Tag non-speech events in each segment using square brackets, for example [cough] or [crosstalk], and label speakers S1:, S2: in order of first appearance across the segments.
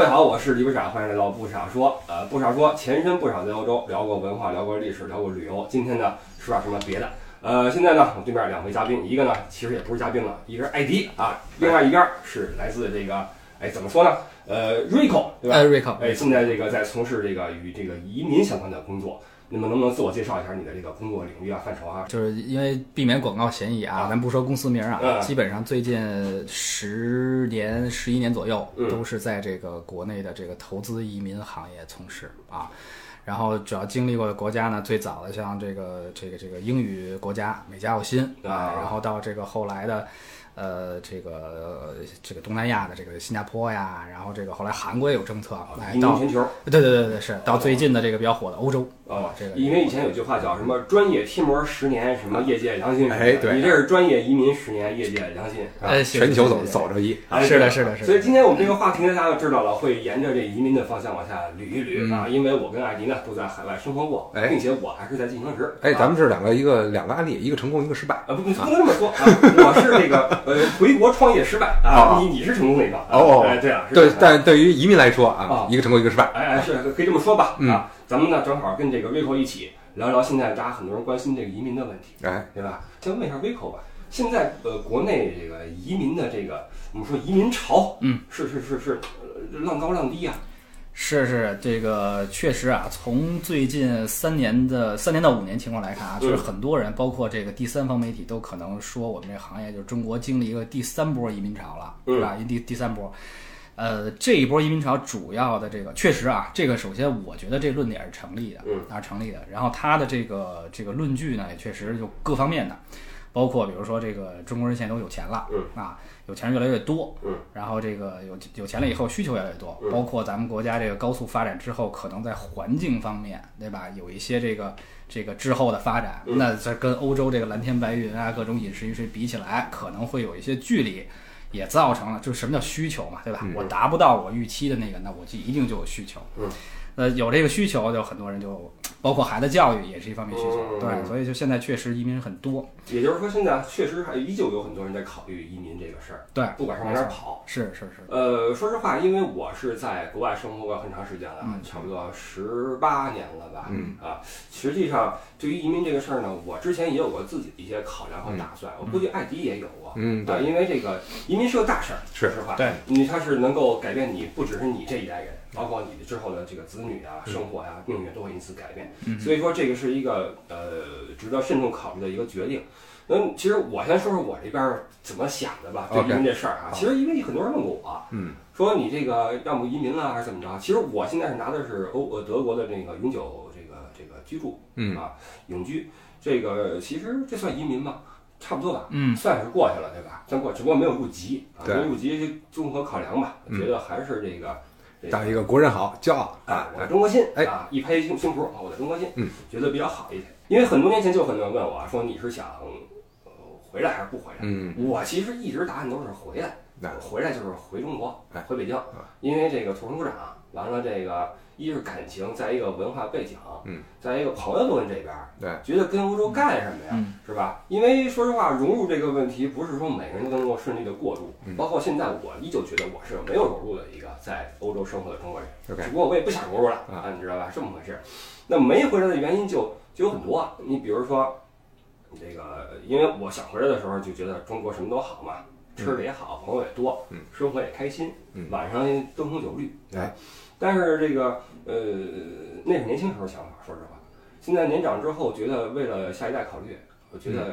S1: 各位好，我是李不傻，欢迎来到不傻说。呃，不傻说前身不傻在欧洲聊过文化，聊过历史，聊过旅游。今天呢，说点什么别的？呃，现在呢，我对面两位嘉宾，一个呢其实也不是嘉宾了，一个是艾迪啊，另外一边是来自这个，哎，怎么说呢？呃，Rico 对吧？
S2: 哎，Rico，
S1: 哎，现在这个在从事这个与这个移民相关的工作，那么能不能自我介绍一下你的这个工作领域啊、范畴啊？
S2: 就是因为避免广告嫌疑啊，
S1: 啊
S2: 咱不说公司名啊，
S1: 嗯
S2: 基本上最近十年、十一年左右
S1: 嗯
S2: 都是在这个国内的这个投资移民行业从事啊。然后主要经历过的国家呢，最早的像这个这个这个英语国家美加澳新
S1: 啊
S2: 然后到这个后来的，呃，这个这个东南亚的这个新加坡呀，然后这个后来韩国也有政策，哎
S1: 移，民
S2: 到
S1: 全球
S2: 对对对对是到最近的这个比较火的欧洲
S3: 哦
S1: 啊，
S2: 这个
S1: 因为以前有句话叫什么“专业贴膜十年，什么业界良心”，
S3: 哎对哎
S1: 你这是专业移民十年，业界良心。啊
S2: 呃，
S3: 全球走
S2: 是是是
S3: 走着一，
S1: 哎
S2: 啊是的
S1: 对
S2: 是的是的
S1: 所以今天我们这个话题呢，大家就知道了，会沿着这移民的方向往下捋一捋啊。因为我跟艾迪呢都在海外生活过，
S3: 嗯哎
S1: 并且我还是在进行时。
S3: 哎，
S1: 啊
S3: 咱们是两个一个两个案例，一个成功，一个失败。
S1: 啊不不不能这么说啊，我是这个呃回国创业失败啊，
S3: 哦
S1: 你你是成功那个啊
S3: 哦哦
S1: 哎对啊，是
S3: 对
S1: 这，样
S3: 但对于移民来说
S1: 啊
S3: 啊，一个成功，一个失败。
S1: 哎哎是可以这么说吧
S3: 嗯
S1: 啊，咱们呢正好跟这个 Rico 一起聊聊现在大家很多人关心这个移民的问题。
S3: 哎，
S1: 对吧？先问一下 Vico 吧，现在呃，国内这个移民的这个我们说移民潮，
S2: 嗯，
S1: 是是是是，呃浪高浪低啊，
S2: 是是，这个确实啊，从最近三年的三年到五年情况来看啊，就是
S1: 嗯
S2: 很多人，包括这个第三方媒体，都可能说我们这行业就是中国经历一个第三波移民潮了，
S1: 嗯
S2: 是吧？第第三波，呃，这一波移民潮主要的这个确实啊，这个首先我觉得这论点是成立的，
S1: 嗯，
S2: 啊成立的。然后它的这个这个论据呢，也确实就各方面的，包括比如说这个中国人现在都有钱了，
S1: 嗯
S2: 啊，有钱人越来越多，
S1: 嗯，
S2: 然后这个有有钱了以后需求越来越多，
S1: 嗯
S2: 包括咱们国家这个高速发展之后，可能在环境方面，对吧，有一些这个这个滞后的发展，
S1: 嗯
S2: 那这跟欧洲这个蓝天白云啊，各种饮食饮水比起来，可能会有一些距离。也造成了，就是什么叫需求嘛，对吧？我达不到我预期的那个，那我就一定就有需求。
S1: 嗯，
S2: 呃，有这个需求，就很多人就包括孩子教育也是一方面需求，
S1: 嗯
S2: 对，所以就现在确实移民很多，
S1: 也就是说，现在啊确实还依旧有很多人在考虑移民这个事儿，
S2: 对，
S1: 不管是往
S2: 没
S1: 哪
S2: 错
S1: 儿跑。
S2: 是是是，
S1: 呃，说实话，因为我是在国外生活过很长时间了，
S2: 嗯
S1: 差不多十八年了吧。
S3: 嗯
S1: 啊，实际上对于移民这个事儿呢，我之前也有过自己的一些考量和打
S2: 嗯
S1: 算，我估计艾迪也有过。
S3: 嗯，
S1: 啊，
S3: 对，
S1: 因为这个移民是个大事儿，
S3: 是
S1: 说实话，
S2: 对，
S1: 你它是能够改变你不只是你这一代人，
S3: 嗯
S1: 包括你的之后的这个子女啊、生活呀、命运都会因此改变。
S3: 嗯
S1: 所以说，这个是一个呃值得慎重考虑的一个决定。那其实我先说说我这边儿怎么想的吧，对
S3: OK
S1: 移民这事儿啊，
S3: 好
S1: 其实因为很多人问过我，啊
S3: 嗯，
S1: 说你这个要么移民啊，还是怎么着？其实我现在是拿的是欧呃德国的那个永久这个这个居住，
S3: 嗯
S1: 啊永居，这个其实这算移民吗？差不多吧，
S2: 嗯，
S1: 算是过去了，对吧？算过，只不过没有入籍啊，没
S3: 对嗯
S1: 入籍综合考量吧，我觉得还是这个这
S3: 当
S1: 个
S3: 一个国人好，骄傲
S1: 啊
S3: 啊，，
S1: 我的中国心
S3: 哎
S1: 啊，一拍胸胸脯啊，我的中国心，
S3: 嗯，
S1: 觉得比较好一点。因为很多年前就有很多人问我啊说你是想呃回来还是不回来？
S3: 嗯，
S1: 我其实一直答案都是回来，
S3: 那
S1: 回来就是回中国
S3: 哎，
S1: 回北京，因为这个土生土长，完了这个一是感情，再一个文化背景，
S3: 嗯，
S1: 再一个朋友都跟这边儿，
S3: 对，
S1: 觉得跟欧洲干什么呀，
S2: 嗯
S1: 是吧？因为说实话，融入这个问题不是说每个人都能够顺利的过渡，
S3: 嗯
S1: 包括现在我依旧觉得我是没有融入的一个在欧洲生活的中国人
S3: OK
S1: 只不过我也不想融入了
S3: 啊
S1: 你知道吧？这么回事。那没回来的原因就就有很多啊，你比如说。这个，因为我想回来的时候就觉得中国什么都好嘛，吃的也好，朋友也多，
S3: 嗯
S1: 生活也开心，
S3: 嗯
S1: 晚上灯红酒绿，
S3: 哎
S1: 啊但是这个呃，那是年轻时候想法，说实话，现在年长之后，觉得为了下一代考虑，我觉得、呃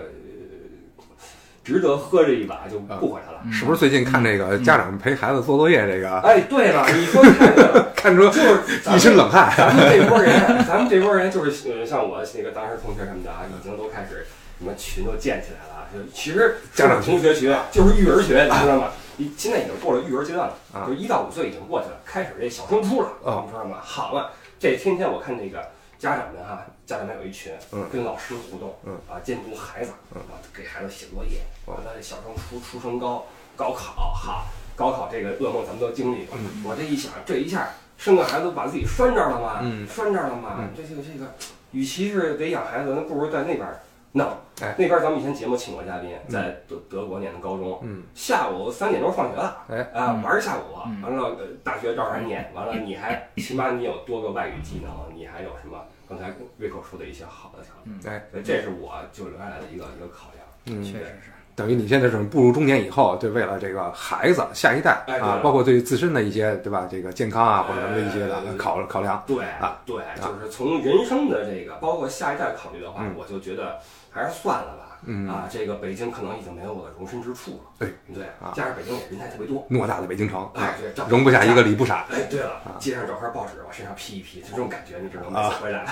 S1: 值得喝这一把就
S3: 啊
S1: 不回来了。
S3: 是不是最近看这个家长陪孩子做作业这个，
S1: 哎，对了，你说太对了，
S3: 看出
S1: 就
S3: [laughs]
S1: 是咱
S3: 一身
S1: 们
S3: 冷汗？
S1: 咱们这波人，咱们这波人就是呃像我那个当时同学什么的啊，已经都开始什么群都建起来了啊。就其实
S3: 家长
S1: 同学群啊，就是育儿群，你知道吗？你现在已经过了育儿阶段了，
S3: 啊
S1: 就一到五岁已经过去了，开始这小升初了，
S3: 哦
S1: 你知道吗？好了，这天天我看这个家长们哈、家长们有一群，
S3: 嗯
S1: 跟老师互动，
S3: 嗯
S1: 啊，监督孩子，
S3: 嗯
S1: 啊，给孩子写作业，
S3: 哦
S1: 完了小升初、初升高、高考哈，高考这个噩梦咱们都经历过。
S3: 嗯
S1: 我这一想，这一下生个孩子把自己拴这儿了嘛，
S3: 嗯
S1: 拴这儿了嘛，
S3: 嗯
S1: 这这个这个，与其是得养孩子，那不如在那边儿弄。
S3: 哎
S1: 那边咱们以前节目请过嘉宾，在德德国念的高中，
S3: 嗯，
S1: 下午三点钟放学了，
S3: 哎
S1: 啊、
S2: 嗯
S1: 玩儿一下午，
S2: 嗯
S1: 完了、呃大学照样念，完了你还起码你有多个外语技能，你还有什么刚才瑞口说的一些好的条件，
S3: 哎
S1: 所以这是我就留下来的一个一个考量。
S3: 嗯，
S2: 确实是。
S3: 等于你现在是步入中年以后，对为了这个孩子下一代
S1: 哎
S3: 啊
S1: 对，
S3: 包括对于自身的一些对吧，这个健康啊或者什么的一些
S1: 哎
S3: 的考考量，
S1: 对
S3: 啊
S1: 对，就是从人生的这个，包括下一代考虑的话，
S3: 嗯
S1: 我就觉得还是算了吧。
S3: 嗯
S1: 啊，这个北京可能已经没有我的容身之处了。
S3: 对
S1: 对
S3: 啊，
S1: 加上北京也人才特别多，
S3: 偌大的北京城啊
S1: 哎，，对，找
S3: 容不下一个。理啊不傻，
S1: 哎，对了，街上找块报纸往身上披一披，就这种感觉，你知道
S3: 啊
S1: 吗？回来，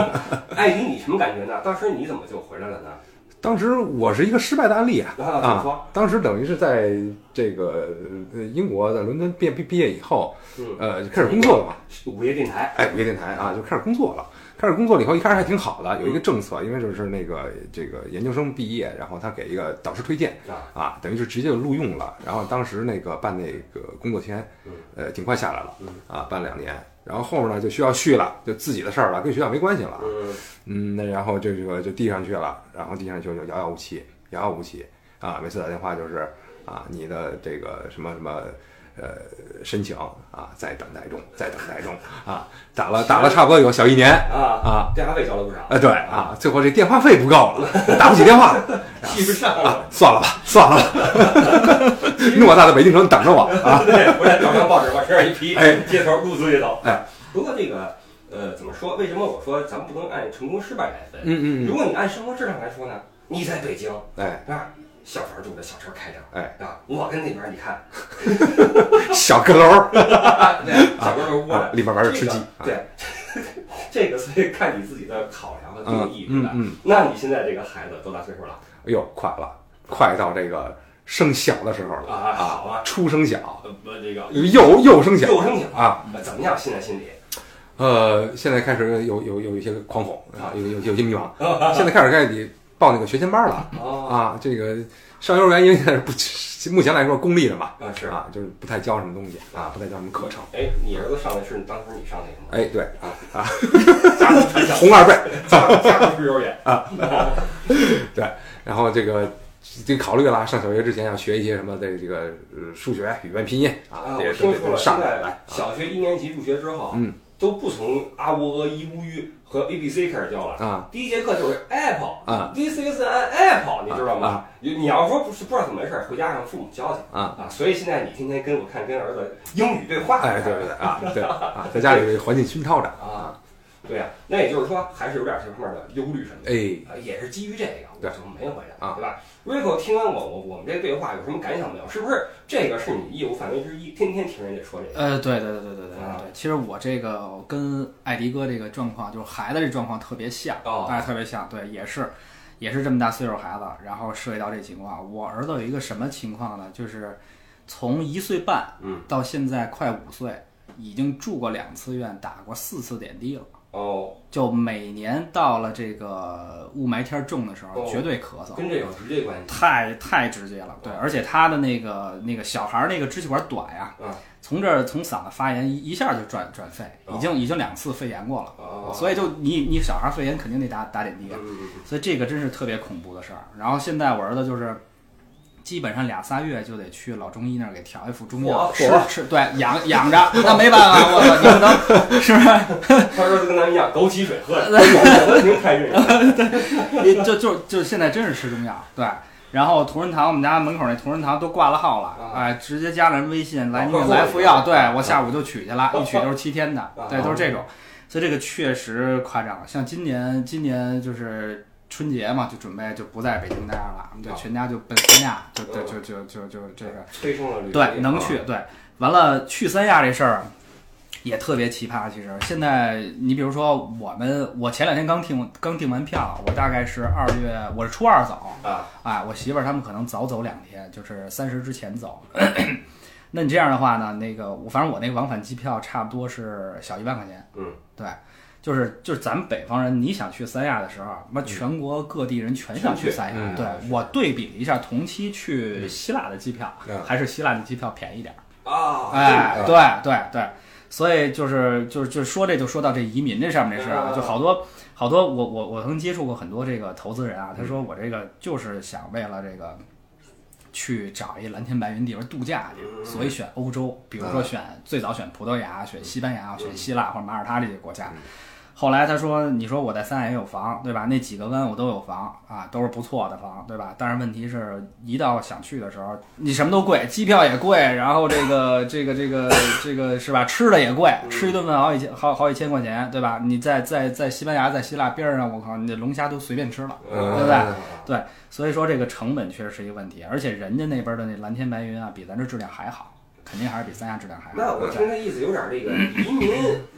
S1: [laughs] 艾迪，你什么感觉呢？当时你怎么就回来了呢？
S3: 当时我是一个失败的案例啊
S1: 啊怎么说
S3: 啊！当时等于是在这个呃英国在伦敦毕毕毕业以后，
S1: 嗯，
S3: 呃，就开始工作了嘛。
S1: 午夜电台，
S3: 哎，午夜电台啊，就开始工作了。开始工作了以后，一开始还挺好的，有一个政策，因为就是那个这个研究生毕业，然后他给一个导师推荐
S1: 啊
S3: 啊，等于是直接就录用了。然后当时那个办那个工作签
S1: 嗯，
S3: 呃，挺快下来了
S1: 嗯
S3: 啊，办两年。然后后面呢就需要续了，就自己的事儿了，跟学校没关系了。
S1: 嗯，
S3: 嗯，那然后这这个就递上去了，然后递上去就遥遥无期，遥遥无期啊！每次打电话就是啊，你的这个什么什么呃申请啊，在等待中，在等待中啊，打了打了差不多有小一年
S1: 啊，
S3: 啊，
S1: 电话费交了不少，
S3: 啊对啊，最后这电话费不够了，打不起电话了，
S1: 系不
S3: 啊
S1: 上了。
S3: 算了吧，算了吧， [laughs] 偌大的北京城等着我啊！
S1: [laughs] 对，不是找张报纸往身上一披，
S3: 哎
S1: 街头路子里头。
S3: 哎，
S1: 不过这个呃，怎么说？为什么我说咱们不能按成功失败来分？
S3: 嗯嗯
S1: 如果你按生活质量来说呢，你在北京
S3: 嗯，哎
S1: 啊，小房住着，小车开着，
S3: 哎，
S1: 啊，我跟那边儿你看，
S3: [laughs] 小阁楼
S1: 对，小哥们窝
S3: 啊
S1: 着。
S3: 里边玩着吃鸡
S1: 这个，
S3: [laughs]
S1: 对，这个所以看你自己的考量和定
S3: 嗯
S1: 义，对
S3: 嗯
S1: 吧？
S3: 嗯，
S1: 那你现在这个孩子多大岁数了
S3: 哎呦，快了，快到这个生小的时候了。
S1: 啊？好啊，
S3: 初生小，
S1: 呃，不，这个
S3: 幼幼生小
S1: 幼升小
S3: 啊，
S1: 呃怎么样？现在心里
S3: 呃，现在开始有有有一些狂恐啊，有有有些
S1: [laughs]
S3: 迷茫，
S1: 啊
S3: 现在开始开始得报那个学前班了
S1: 哦
S3: 啊，这个上幼儿园因为现在是不，目前来说公立的嘛，
S1: 啊是。
S3: 啊，就是不太教什么东西啊，不太教什么课程，
S1: 哎，你儿子上的是当时你上那个吗？
S3: 哎，对啊，
S1: 家族传承，
S3: 红二倍，
S1: 家族家族幼儿园。
S3: 然后这个。这考虑了，上小学之前要学一些什么的，这个呃数学、语文、拼音啊，
S1: 啊，
S3: 这
S1: 我
S3: 些
S1: 听说
S3: 东西
S1: 了，现
S3: 上
S1: 在
S3: 来来。
S1: 小学一年级入学之后，啊
S3: 嗯，
S1: 都不从啊喔呃一乌吁和 A B C 开始教了。
S3: 啊
S1: 第一节课就是 apple，
S3: 啊
S1: ，this is an apple，你知道吗
S3: 啊？
S1: 你你要说不是不知道怎么回事，回家让父母教去
S3: 啊
S1: 啊。所以现在你天天跟我看跟儿子英语对话，
S3: 哎，对对对啊，对啊，在家
S1: [laughs]
S3: 里环境熏陶着啊，
S1: 啊，对呀，那也就是说还是有点这方面的忧虑什么的。
S3: 哎，
S1: 呃，也是基于这个，我
S3: 对
S1: 就没回来，
S3: 啊
S1: 对吧？Rico 听完我我我们这对话有什么感想没有？是不是这个是你业务范围之一？天天听人家说这个，
S2: 呃，对对对对对对
S1: 啊
S2: 对，其实我这个跟艾迪哥这个状况，就是孩子这状况特别像，
S1: 哦
S2: 哎，特别像，对，也是，也是这么大岁数孩子，然后涉及到这情况。我儿子有一个什么情况呢？就是从一岁半
S1: 嗯，
S2: 到现在快五岁，已经住过两次院，打过四次点滴了。
S1: 哦，
S2: 就每年到了这个雾霾天儿重的时候，
S1: 哦
S2: 绝对咳嗽，
S1: 跟这有直接关系。
S2: 太太直接了，对，而且他的那个那个小孩儿那个支气管短呀、
S1: 嗯
S2: 从这儿从嗓子发炎一一下就转转肺，
S1: 哦
S2: 已经已经两次肺炎过了，
S1: 哦，
S2: 所以就你你小孩儿肺炎肯定得打打点滴啊，
S1: 嗯，
S2: 所以这个真是特别恐怖的事儿。然后现在我儿子就是。基本上俩仨月就得去老中医那儿给调一副中药，
S1: 嚯
S2: 吃
S1: 嚯
S2: 吃对养养着，那没办法，我操，你不能是不是？
S1: 他说就跟咱们一样，枸杞水喝，
S2: [laughs]
S1: 我们挺开运。
S3: [laughs]
S2: 也就就就现在真是吃中药，对。然后同仁堂，我们家门口那同仁堂都挂了号了
S1: 啊，
S2: 哎，直接加了人微信来
S1: 啊
S2: 您
S1: 客户
S2: 来服药，
S1: 也是
S2: 对我下午就取去了，
S1: [laughs]
S2: 一取就是七天的
S1: 啊，
S2: 对，都是这种，所以这个确实夸张。像今年，今年就是春节嘛，就准备就不在北京待着了，对，
S1: 啊
S2: 全家就奔三亚，就就就就就就这个，
S1: 催生了旅
S2: 对，能去对。完了，去三亚这事儿也特别奇葩。其实现在，你比如说我们，我前两天刚订刚订完票，我大概是二月，我是初二走，
S1: 啊，
S2: 哎，我媳妇儿他们可能早走两天，就是三十之前走。 [clears throat] 那你这样的话呢，那个我反正我那个往返机票差不多是小一万块钱，
S1: 嗯，
S2: 对。就是就是咱们北方人，你想去三亚的时候，妈全国各地人全想去三亚。
S3: 嗯
S2: 对我对比了一下同期去希腊的机票，
S3: 嗯
S2: 还是希腊的机票便宜点儿。
S1: 啊，
S2: 哎哎，对对对，所以就是就是就是说这就说到这移民这上面这事儿
S1: 嗯
S2: 啊，就好多好多我我我曾接触过很多这个投资人啊，他说我这个就是想为了这个去找一蓝天白云地方度假
S1: 嗯
S2: 去，所以选欧洲，比如说选最早选葡萄牙、选西班牙、选希腊或者马耳他这些国家。后来他说：“你说我在三亚也有房，对吧？那几个湾我都有房啊，都是不错的房，对吧？但是问题是，一到想去的时候，你什么都贵，机票也贵，然后这个这个这个这个是吧？吃的也贵，吃一顿饭好几千好好几千块钱，对吧？你在在在西班牙在希腊边上，我靠，你这龙虾都随便吃了。”对不对
S3: 嗯
S2: 对，所以说这个成本确实是一个问题，而且人家那边的那蓝天白云啊，比咱这质量还好，肯定还是比三亚质量还好。
S1: 那我
S2: 对
S1: 听这意思有点儿这个移民，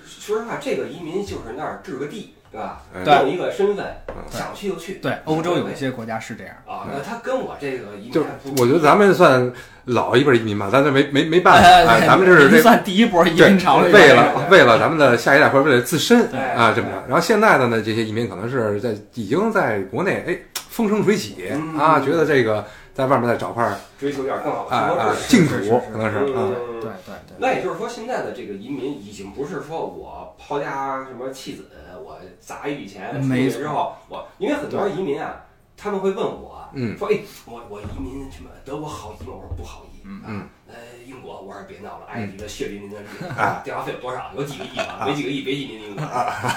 S1: 说实话，这个移民就是那儿置个地，对吧？
S3: 嗯
S2: 对
S1: 弄一个身份，
S3: 嗯
S1: 想去就去
S2: 对欧洲有一些国家是这样，
S1: 啊。那他跟我这个移民
S3: 就
S1: 还不，
S3: 我觉得咱们算老一辈移民吧，咱这没没没办
S2: 哎
S3: 法，哎咱们这是
S2: 您
S3: 这
S2: 算第一波移民潮
S3: 对
S2: 里边
S3: 为了为了咱们的下一代或者为了自身
S1: 对
S3: 啊这么着。然后现在的呢，这些移民可能是在已经在国内哎风生水起
S1: 嗯
S3: 啊，觉得这个在外面再找块儿
S1: 追求点儿更好
S3: 啊啊
S1: 的生
S3: 净
S1: 活
S3: 土
S1: 质
S2: 是是
S3: 可能
S1: 量，
S3: 是啊，
S1: 嗯
S2: 对对对，
S1: 那也就是说，现在的这个移民已经不是说我抛家什么弃子，我砸一笔钱出
S2: 没
S1: 去
S2: 错
S1: 之后，我因为很多移民啊，他们会问我，
S3: 嗯
S1: 说哎，我我移民什么德国好移吗？我说不好移，
S2: 嗯
S3: 嗯
S1: 啊，呃，英国我说别闹了，埃及的血淋淋的例子 [laughs]
S3: 啊，
S1: 电话费有多少？有几个亿吧？没几个亿别移民英国，
S3: 啊
S1: [laughs]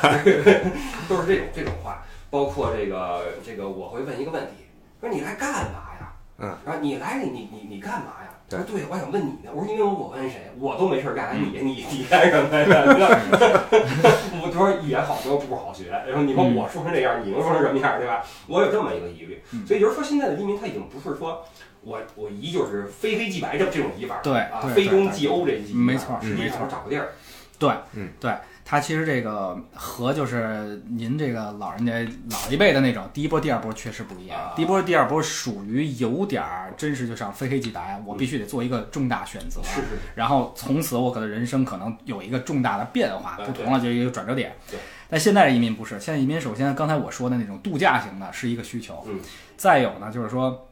S1: 都是这种这种话，包括这个这个我会问一个问题，说你来干嘛呀？
S3: 嗯，
S1: 然后你来你你你你干嘛呀？他
S3: 对
S1: 说对，我想问你呢。我说因为我问谁，我都没事儿干，你
S2: 嗯
S1: 你你干什么呀？ [laughs] 你知道吗我他说语言好说不好学，然后你说
S2: 嗯
S1: 我说成这样，你能说成什么样，对吧？我有这么一个疑虑，
S2: 嗯
S1: 所以就是说现在的移民他已经不是说我我移就是非黑即白这这种移法，
S2: 对
S1: 啊，
S2: 对
S1: 非中
S2: 对
S1: 即欧这移法，
S2: 没错
S1: 是
S2: 没
S1: 你
S2: 错
S1: 想找个地儿，
S2: 它其实这个和就是您这个老人家老一辈的那种第一波、第二波确实不一样
S1: 啊。
S2: 第一波、第二波属于有点儿真是就像非黑即白，我必须得做一个重大选择。
S1: 是是
S2: 然后从此我可能人生可能有一个重大的变化，
S1: 啊
S2: 不同了就一个转折点
S1: 对。
S2: 但现在的移民不是，现在移民首先刚才我说的那种度假型的是一个需求，
S1: 嗯
S2: 再有呢就是说，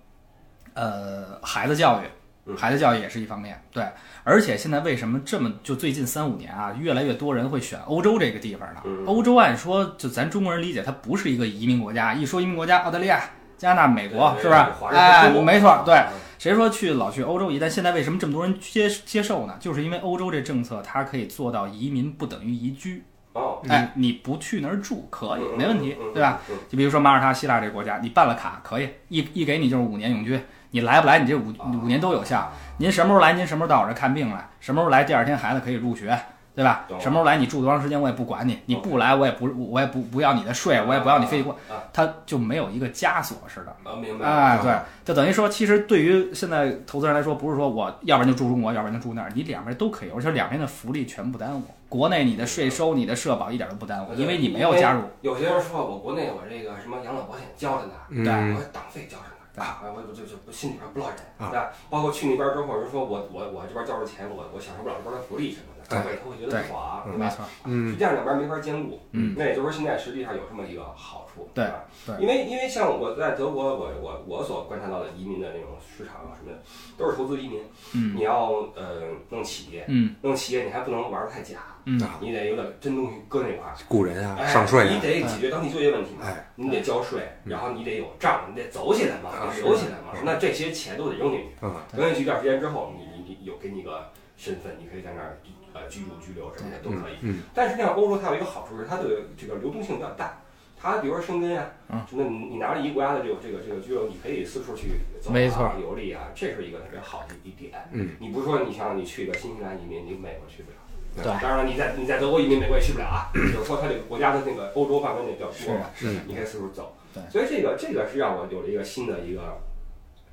S2: 呃，孩子教育，
S1: 嗯
S2: 孩子教育也是一方面，对。而且现在为什么这么就最近三五年啊，越来越多人会选欧洲这个地方呢？
S1: 嗯
S2: 欧洲按说就咱中国人理解它不是一个移民国家，一说移民国家，澳大利亚、加拿大、美国
S1: 对
S2: 是吧
S1: 华？人
S2: 哎，
S1: 多
S2: 没错，对。
S1: 嗯
S2: 谁说去老去欧洲一带？现在为什么这么多人接接受呢？就是因为欧洲这政策，它可以做到移民不等于移居。
S1: 哦，
S2: 哎，你不去那儿住可以，
S1: 嗯
S2: 哦没问题
S1: 嗯嗯，
S2: 对吧？
S1: 嗯
S2: 就比如说马耳他、希腊这国家，你办了卡可以，一一给你就是五年永居，你来不来你这五
S1: 啊
S2: 五年都有效。您什么时候来，您什么时候到我这看病来，什么时候来，第二天孩子可以入学。对吧
S1: 懂？了
S2: 什么时候来你住多长时间我也不管你，你不来我也不我也不不要你的税，我也不要你费过
S1: 啊，
S2: 它就没有一个枷锁似的。
S1: 啊，明白，
S2: 哎，
S3: 嗯
S2: 对，就等于说，其实对于现在投资人来说，不是说我要不然就住中国，要不然就住那儿，你两边都可以，而且两边的福利全不耽误。国内你的税收、你的社保一点都不耽误，因为你没有加入。
S1: 有些人说我国内我这个什么养老保险交着呢，哎
S3: 嗯
S1: 我说党费交着呢，啊，我我就就不心里边不落忍，
S3: 啊
S1: 对吧？包括去那边之后，人说我我我这边交着钱，我我享受不了这边的福利什么的，
S3: 对
S1: 长辈他会觉得爽，对
S2: 没
S1: 吧？
S2: 错，
S1: 实
S3: 嗯
S1: 际上两边没法兼顾，
S2: 嗯，
S1: 那也就是说现在实际上有这么一个好处，
S2: 对
S1: 吧？
S2: 对
S1: 因为因为像我在德国，我我我所观察到的移民的那种市场啊什么的，都是投资移民，
S2: 嗯
S1: 你要呃弄企业，
S2: 嗯
S1: 弄企业你还不能玩的太假，
S2: 嗯，
S1: 你得有点真东西搁那块儿。
S3: 雇人啊，
S1: 哎
S3: 上税
S1: 你
S3: 啊，
S1: 得解决当地就业问题嘛，
S3: 哎
S1: 你得交税，
S3: 嗯
S1: 然后你得有账，你得走起来嘛，
S3: 啊
S1: 得
S3: 是
S1: 留起来嘛
S3: 是。
S1: 那这些钱都得扔进去，
S3: 嗯，
S1: 扔进去一段时间之后，你你你有给你个身份，你可以在那儿呃居住、居留什么的都
S3: 嗯
S1: 可以。
S3: 嗯
S1: 但是像欧洲，它有一个好处是它的这个流动性比较大。它比如说申根啊
S2: 嗯，
S1: 那你你拿了一个国家的这个这个这个居留，你可以四处去走啊
S2: 没错
S1: 游历啊，这是一个特别好的一点。
S3: 嗯，
S1: 你不是说你像你去个新西兰移民，你美国去不了。
S3: 对
S1: 当然了，你在你在德国移民，美国也去不了啊。就是说，它这个国家的那个欧洲范围内比较多嘛，
S3: 是
S1: 你可以四处走。
S2: 对
S1: 所以这个这个是让我有了一个新的一个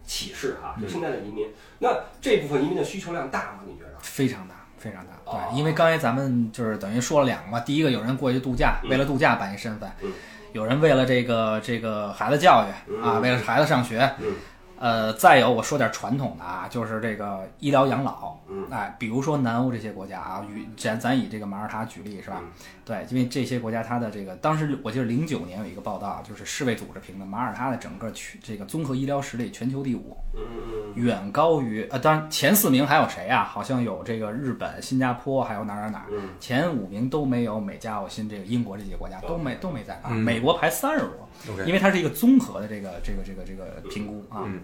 S1: 启示哈，就现在的移民，那这部分移民的需求量大吗？你觉得？
S2: 非常大。非常大，
S1: 哦
S2: 对，因为刚才咱们就是等于说了两个嘛，第一个有人过去度假，
S1: 嗯
S2: 为了度假办一身份
S1: 嗯，
S2: 有人为了这个这个孩子教育
S1: 嗯
S2: 啊，为了孩子上学
S1: 嗯，
S2: 呃，再有我说点传统的啊，就是这个医疗养老，
S1: 嗯，
S2: 哎，比如说南欧这些国家啊，与咱咱以这个马耳他举例是吧？
S1: 嗯
S2: 对，因为这些国家它的这个，当时我记得零九年有一个报道，就是世卫组织评的马耳他的整个区这个综合医疗实力全球第五，
S1: 嗯嗯嗯，
S2: 远高于呃，当然前四名还有谁啊？好像有这个日本、新加坡，还有哪儿哪儿哪儿。
S1: 嗯
S2: 前五名都没有美加、澳新这个英国这几个国家都没都没在啊，
S3: 嗯
S2: 美国排三十多，因
S3: ，OK，
S2: 为它是一个综合的这个这个这个这个评估啊，
S3: 嗯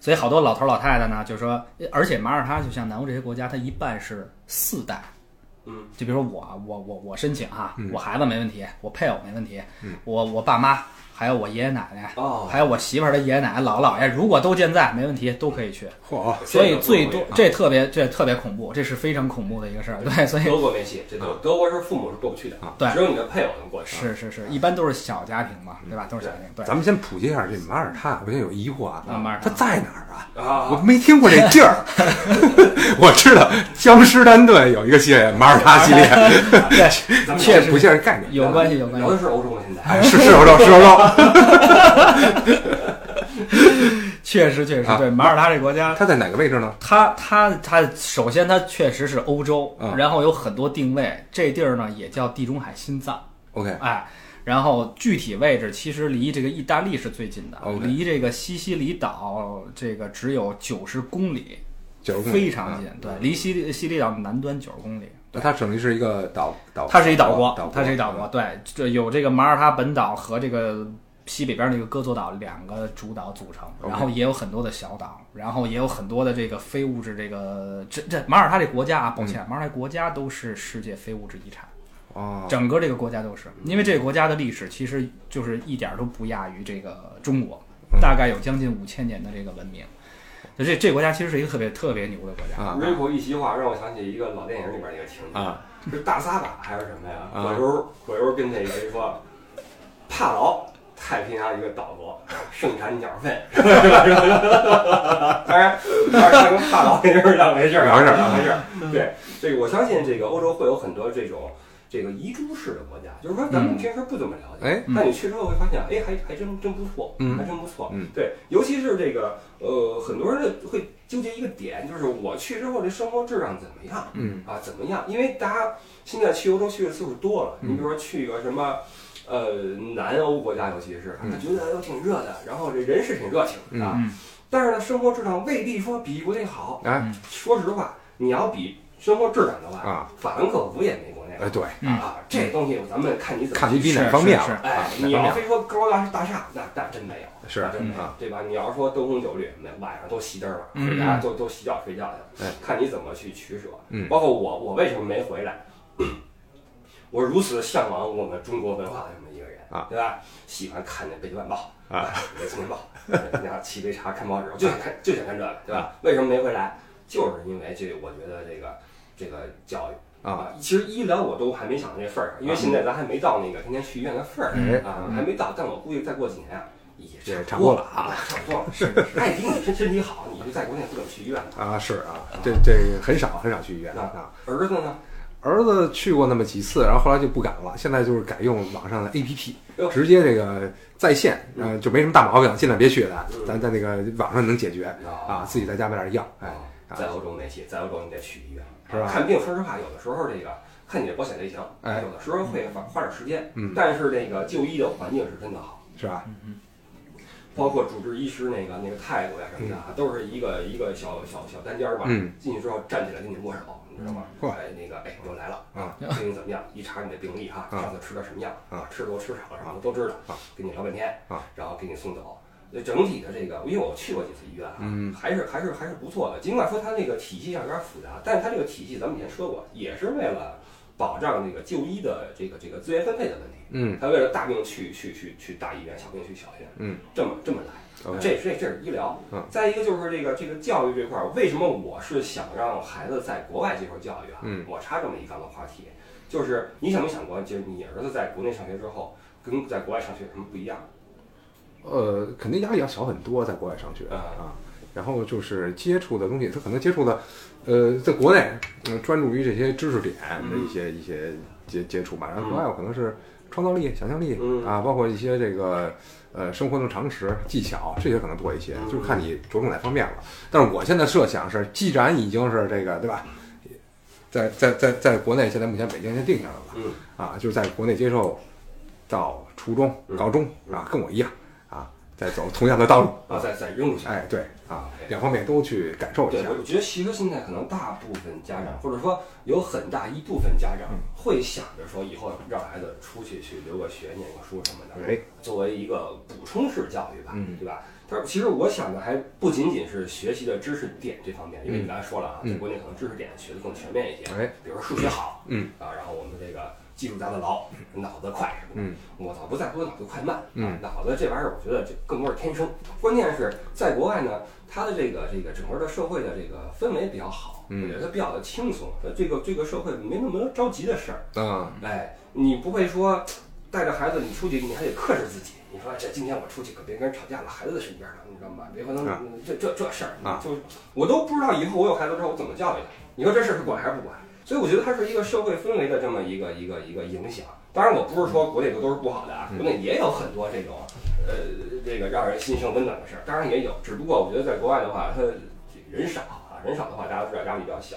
S2: 所以好多老头老太太呢，就说，而且马耳他就像南欧这些国家，它一半是四代，
S1: 嗯，
S2: 就比如说我我我我申请啊，
S3: 嗯
S2: 我孩子没问题，我配偶没问题，
S3: 嗯
S2: 我我爸妈还有我爷爷奶奶，
S1: 哦，
S2: 还有我媳妇儿的爷爷奶奶、姥姥姥爷，如果都健在，没问题，都可以去。
S3: 嚯，
S2: 所以最多
S1: 这
S2: 这特
S3: 啊
S2: 别这特别恐怖，这是非常恐怖的一个事儿。对，所以
S1: 德国没戏，这德德国是父母是过不去的
S3: 啊，
S2: 对
S1: 只有你的配偶能过去。
S2: 是是是，一般都是小家庭嘛，对吧？都是小家庭。对，
S3: 咱们先普及一下这马耳他，我现在有疑惑啊
S2: 啊马耳，他
S3: 它在哪儿啊？我
S1: 啊，
S3: 没听过这地儿， [laughs] 我知道江诗丹顿有一个系列马耳他系列，
S1: 咱们
S2: [laughs] 确实
S3: 不像是概念，
S2: 有关系有关
S1: 聊
S2: 系。
S1: 的是欧洲吗？现在
S3: 哎，是是欧洲，是欧洲，
S2: 确实确实
S3: 啊
S2: 对，马耳他这国家，
S3: 它在哪个位置呢？
S2: 它它它，首先它确实是欧洲
S3: 嗯，
S2: 然后有很多定位，这地儿呢也叫地中海心脏，
S3: OK，
S2: 哎。然后具体位置其实离这个意大利是最近的
S3: OK
S2: 离这个西西里岛这个只有九十公里，
S3: 九十公里，啊
S2: 非常近，对，离西里西里岛南端九十公里。
S3: 那它等于是一个岛岛，
S2: 它是一岛
S3: 岛
S2: 它是一岛国，对，这有这个马耳他本岛和这个西北边那个哥佐岛两个主岛组成，
S3: OK
S2: 然后也有很多的小岛，然后也有很多的这个非物质这个这这马耳他这国家啊，抱歉，马耳他国家都是世界非物质遗产，
S3: 嗯哦，嗯
S2: 整个这个国家都是，因为这个国家的历史其实就是一点儿都不亚于这个中国，
S3: 嗯
S2: 大概有将近五千年的这个文明，就这这国家其实是一个特别特别牛的国家，
S3: 啊
S1: Rico 一席话让我想起一个老电影里边一个情节，
S3: 啊，
S1: 是大撒把还是什么呀？
S3: 啊
S1: 葛优葛优跟那谁说，帕劳太平洋一个岛国，盛产鸟粪， [laughs] 是吧？是吧是吧当然，当然他跟帕劳那就是两回事儿，啊
S3: 两回事儿
S1: 两回事儿。对，这个我相信，这个欧洲会有很多这种这个遗珠式的国家，就是说咱们
S2: 嗯
S1: 平时不怎么了解。
S3: 哎，
S2: 嗯
S1: 但你去之后会发现，哎，还还真真不错，
S3: 嗯
S1: 还真不错，
S3: 嗯，
S1: 对，尤其是这个，呃，很多人会纠结一个点，就是我去之后这生活质量怎么样
S3: 嗯
S1: 啊？怎么样？因为大家现在去欧洲去的次数多了，你比如
S3: 嗯
S1: 说去个什么，呃，南欧国家，尤其是
S3: 嗯
S1: 他觉得又挺热的，然后这人是挺热情的，啊
S2: 嗯，
S1: 但是呢，生活质量未必说比国内好。
S3: 哎
S1: 说实话，你要比生活质量的话，
S3: 啊，
S1: 法兰克福也没国内
S3: 哎
S1: 好
S3: 对，
S2: 嗯
S1: 啊。这东西咱们看你怎么
S3: 看你比
S2: 是
S3: 哪方面
S2: 是
S3: 了
S2: 是
S1: 哎
S3: 啊，，
S1: 你
S3: 哪方
S1: 要
S3: 面
S1: 非说高楼大大厦，那那真没有，
S3: 是
S1: 那真没有
S3: 啊，
S1: 对吧？你要说灯红酒绿，那晚上都熄灯了，
S2: 嗯
S1: 回家都都洗脚睡觉去
S3: 哎
S1: 了，看你怎么去取舍。
S3: 嗯
S1: 包括我，我为什么没回来？ [coughs] 我如此向往我们中国文化的这么一个人
S3: 啊，
S1: 对吧？喜欢看那《北京晚报》
S3: 啊，
S1: 《北京晚报》，你家沏杯茶看报纸，我就想看，就想看这个，对吧？为什么没回来？就是因为这，我觉得这个这个教育。
S3: 啊，
S1: 啊，其实医疗我都还没想到这份儿上，因为现在咱还没到那个天天去医院的份儿
S3: 嗯
S1: 啊，还没到。但我估计再过几年啊，也
S3: 也
S1: 差
S3: 差
S1: 不
S3: 不
S1: 多
S3: 多了啊，
S1: 差不多了。是，艾迪，你身身体好，你就在国内自个儿去医院吧。
S3: 啊是啊，这这很少很少去医院啊。
S1: 儿子呢？
S3: 儿子去过那么几次，然后后来就不敢了，现在就是改用网上的 APP，
S1: 哟
S3: 直接这个在线，呃，就没什么大毛病，尽量别去的
S1: 嗯，
S3: 咱在那个网上能解决
S1: 哦
S3: 啊，自己在家买点药，哎，
S1: 啊，
S3: 啊
S1: 在欧洲没戏，在欧洲你得去医院，啊
S3: 是吧
S1: 看病，说实话，有的时候这个看你的保险类型，
S3: 哎
S1: 有的时候会花花点时间，
S3: 嗯
S1: 但是这个就医的环境是真的好，
S3: 是
S2: 嗯
S3: 吧？
S1: 包括主治医师那个那个态度呀什么的啊，都是一个一个小小小单间儿吧，
S3: 嗯
S1: 进去之后站起来跟你握手，你知道吗？
S3: 嗯
S1: 哎，那个哎，我来了
S3: 啊，
S1: 最近怎么样？一查你的病历哈，
S3: 啊
S1: 上次吃的什么药
S3: 啊
S1: 吃多吃少什么都知道
S3: 啊，
S1: 跟你聊半天
S3: 啊，
S1: 然后给你送走。那整体的这个，因为我去过几次医院啊，
S3: 嗯
S1: 还是还是还是不错的。尽管说它这个体系上有点复杂，但是它这个体系咱们以前说过，也是为了保障这个就医的这个这个资源分配的问题。
S3: 嗯
S1: 他为了大病去去去去大医院，小病去小医院，
S3: 嗯，
S1: 这么这么来
S3: OK，
S1: 这这这是医疗
S3: 嗯。
S1: 再一个就是这个这个教育这块儿，为什么我是想让孩子在国外接受教育啊？
S3: 嗯
S1: 我插这么一杠的话题，就是你想没想过，就是你儿子在国内上学之后，跟在国外上学有什么不一样？
S3: 呃，肯定压力要小很多，在国外上学
S1: 啊
S3: 啊。然后就是接触的东西，他可能接触的，呃，在国内，嗯、专注于这些知识点的一
S1: 嗯
S3: 些、一些接接触吧。然后国外我可能是创造力、想象力、
S1: 嗯
S3: 啊，包括一些这个呃生活中常识、技巧这些可能多一些，
S1: 嗯
S3: 就是看你着重哪方面了。但是我现在设想是，既然已经是这个，对吧？在在在在国内，现在目前北京先定下来了，
S1: 嗯
S3: 啊，就是在国内接受到初中
S1: 嗯、
S3: 高中啊，跟我一样啊，再走同样的道路
S1: 啊，再再扔出去。
S3: 哎，啊对啊，两方面都去感受一
S1: 对，
S3: 下。
S1: 我觉得其实现在可能大部分家长，或者说有很大一部分家长
S3: 嗯
S1: 会想着说，以后让孩子出去去留个学、念个书什么的，
S3: 哎，
S1: 作为一个补充式教育吧，
S3: 嗯
S1: 对吧？但是其实我想的还不仅仅是学习的知识点这方面，因为你刚才说了啊，
S3: 嗯
S1: 在国内可能知识点学的更全面一些，
S3: 哎，
S1: 比如说数学好，
S3: 嗯
S1: 啊，然后我们这个技术扎得牢，脑子快什么的。
S3: 嗯
S1: 我倒不在乎脑子快慢，
S3: 嗯
S1: 啊，脑子这玩意儿，我觉得这更多是天生。关键是在国外呢，它的这个这个整个的社会的这个氛围比较好，
S3: 嗯
S1: 我觉得它比较的轻松，呃这个这个社会没那么多着急的事儿，
S3: 啊，
S1: 哎，你不会说带着孩子你出去，你还得克制自己。你说这今天我出去可别跟人吵架了，孩子在身边呢，你知道吗？别回头
S3: 啊
S1: 这这这事儿
S3: 啊
S1: 就我都不知道以后我有孩子之后我怎么教育他。你说这事儿是管还是不管？所以我觉得它是一个社会氛围的这么一个一个一个影响。当然，我不是说国内的都是不好的
S3: 嗯
S1: 啊，国内也有很多这种呃这个让人心生温暖的事儿，当然也有。只不过我觉得在国外的话，它人少啊，人少的话大家都知道压力比较小，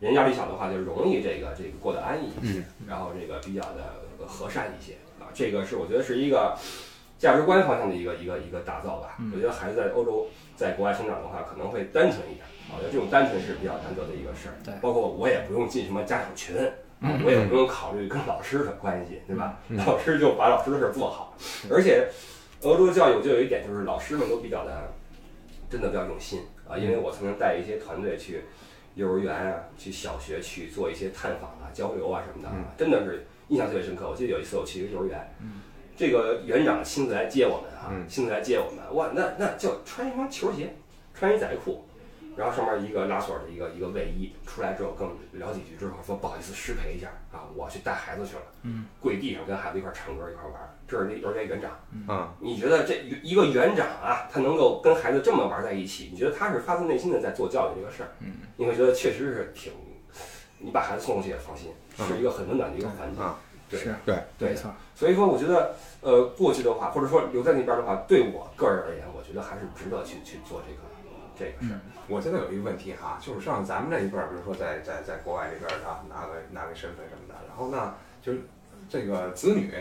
S1: 人压力小的话就容易这个这个过得安逸一些，然后这个比较的和善一些啊。这个是我觉得是一个价值观方向的一个一个一个打造吧。我觉得孩子在欧洲在国外生长的话，可能会单纯一点。我觉得这种单纯是比较难得的一个事儿。
S2: 对
S1: 包括我也不用进什么家长群，啊我也不用考虑跟老师的关系，对吧？老师就把老师的事儿做好。而且欧洲教育我就有一点就是老师们都比较的，真的比较用心啊，因为我曾经带一些团队去幼儿园啊，去小学去做一些探访啊、交流啊什么的啊，真的是印象特别深刻。我记得有一次我去一个幼儿园，这个园长亲自来接我们啊，亲自来接我们，哇，那那就穿一双球鞋，穿一仔裤。然后上面一个拉锁的一个一个卫衣，出来之后跟我们聊几句之后说不好意思失陪一下啊，我去带孩子去了，嗯，跪地上跟孩子一块儿唱歌一块儿玩儿，这是那幼儿园园长，
S3: 啊，
S1: 你觉得这一个园长啊，他能够跟孩子这么玩在一起，你觉得他是发自内心的在做教育这个事儿？嗯，你会觉得确实是挺，你把孩子送过去也放心，是一个很温暖的一个环境。
S3: 啊
S1: 对
S2: 是
S3: 对
S1: 对
S2: 没错，
S1: 所以说，我觉得呃，过去的话，或者说留在那边的话，对我个人而言，我觉得还是值得去去做这个这个
S2: 嗯
S1: 事儿。
S3: 我现在有一个问题哈，就是像咱们这一辈儿，比如说在在在国外这边儿啊，拿个拿个身份什么的，然后呢，就是这个子女，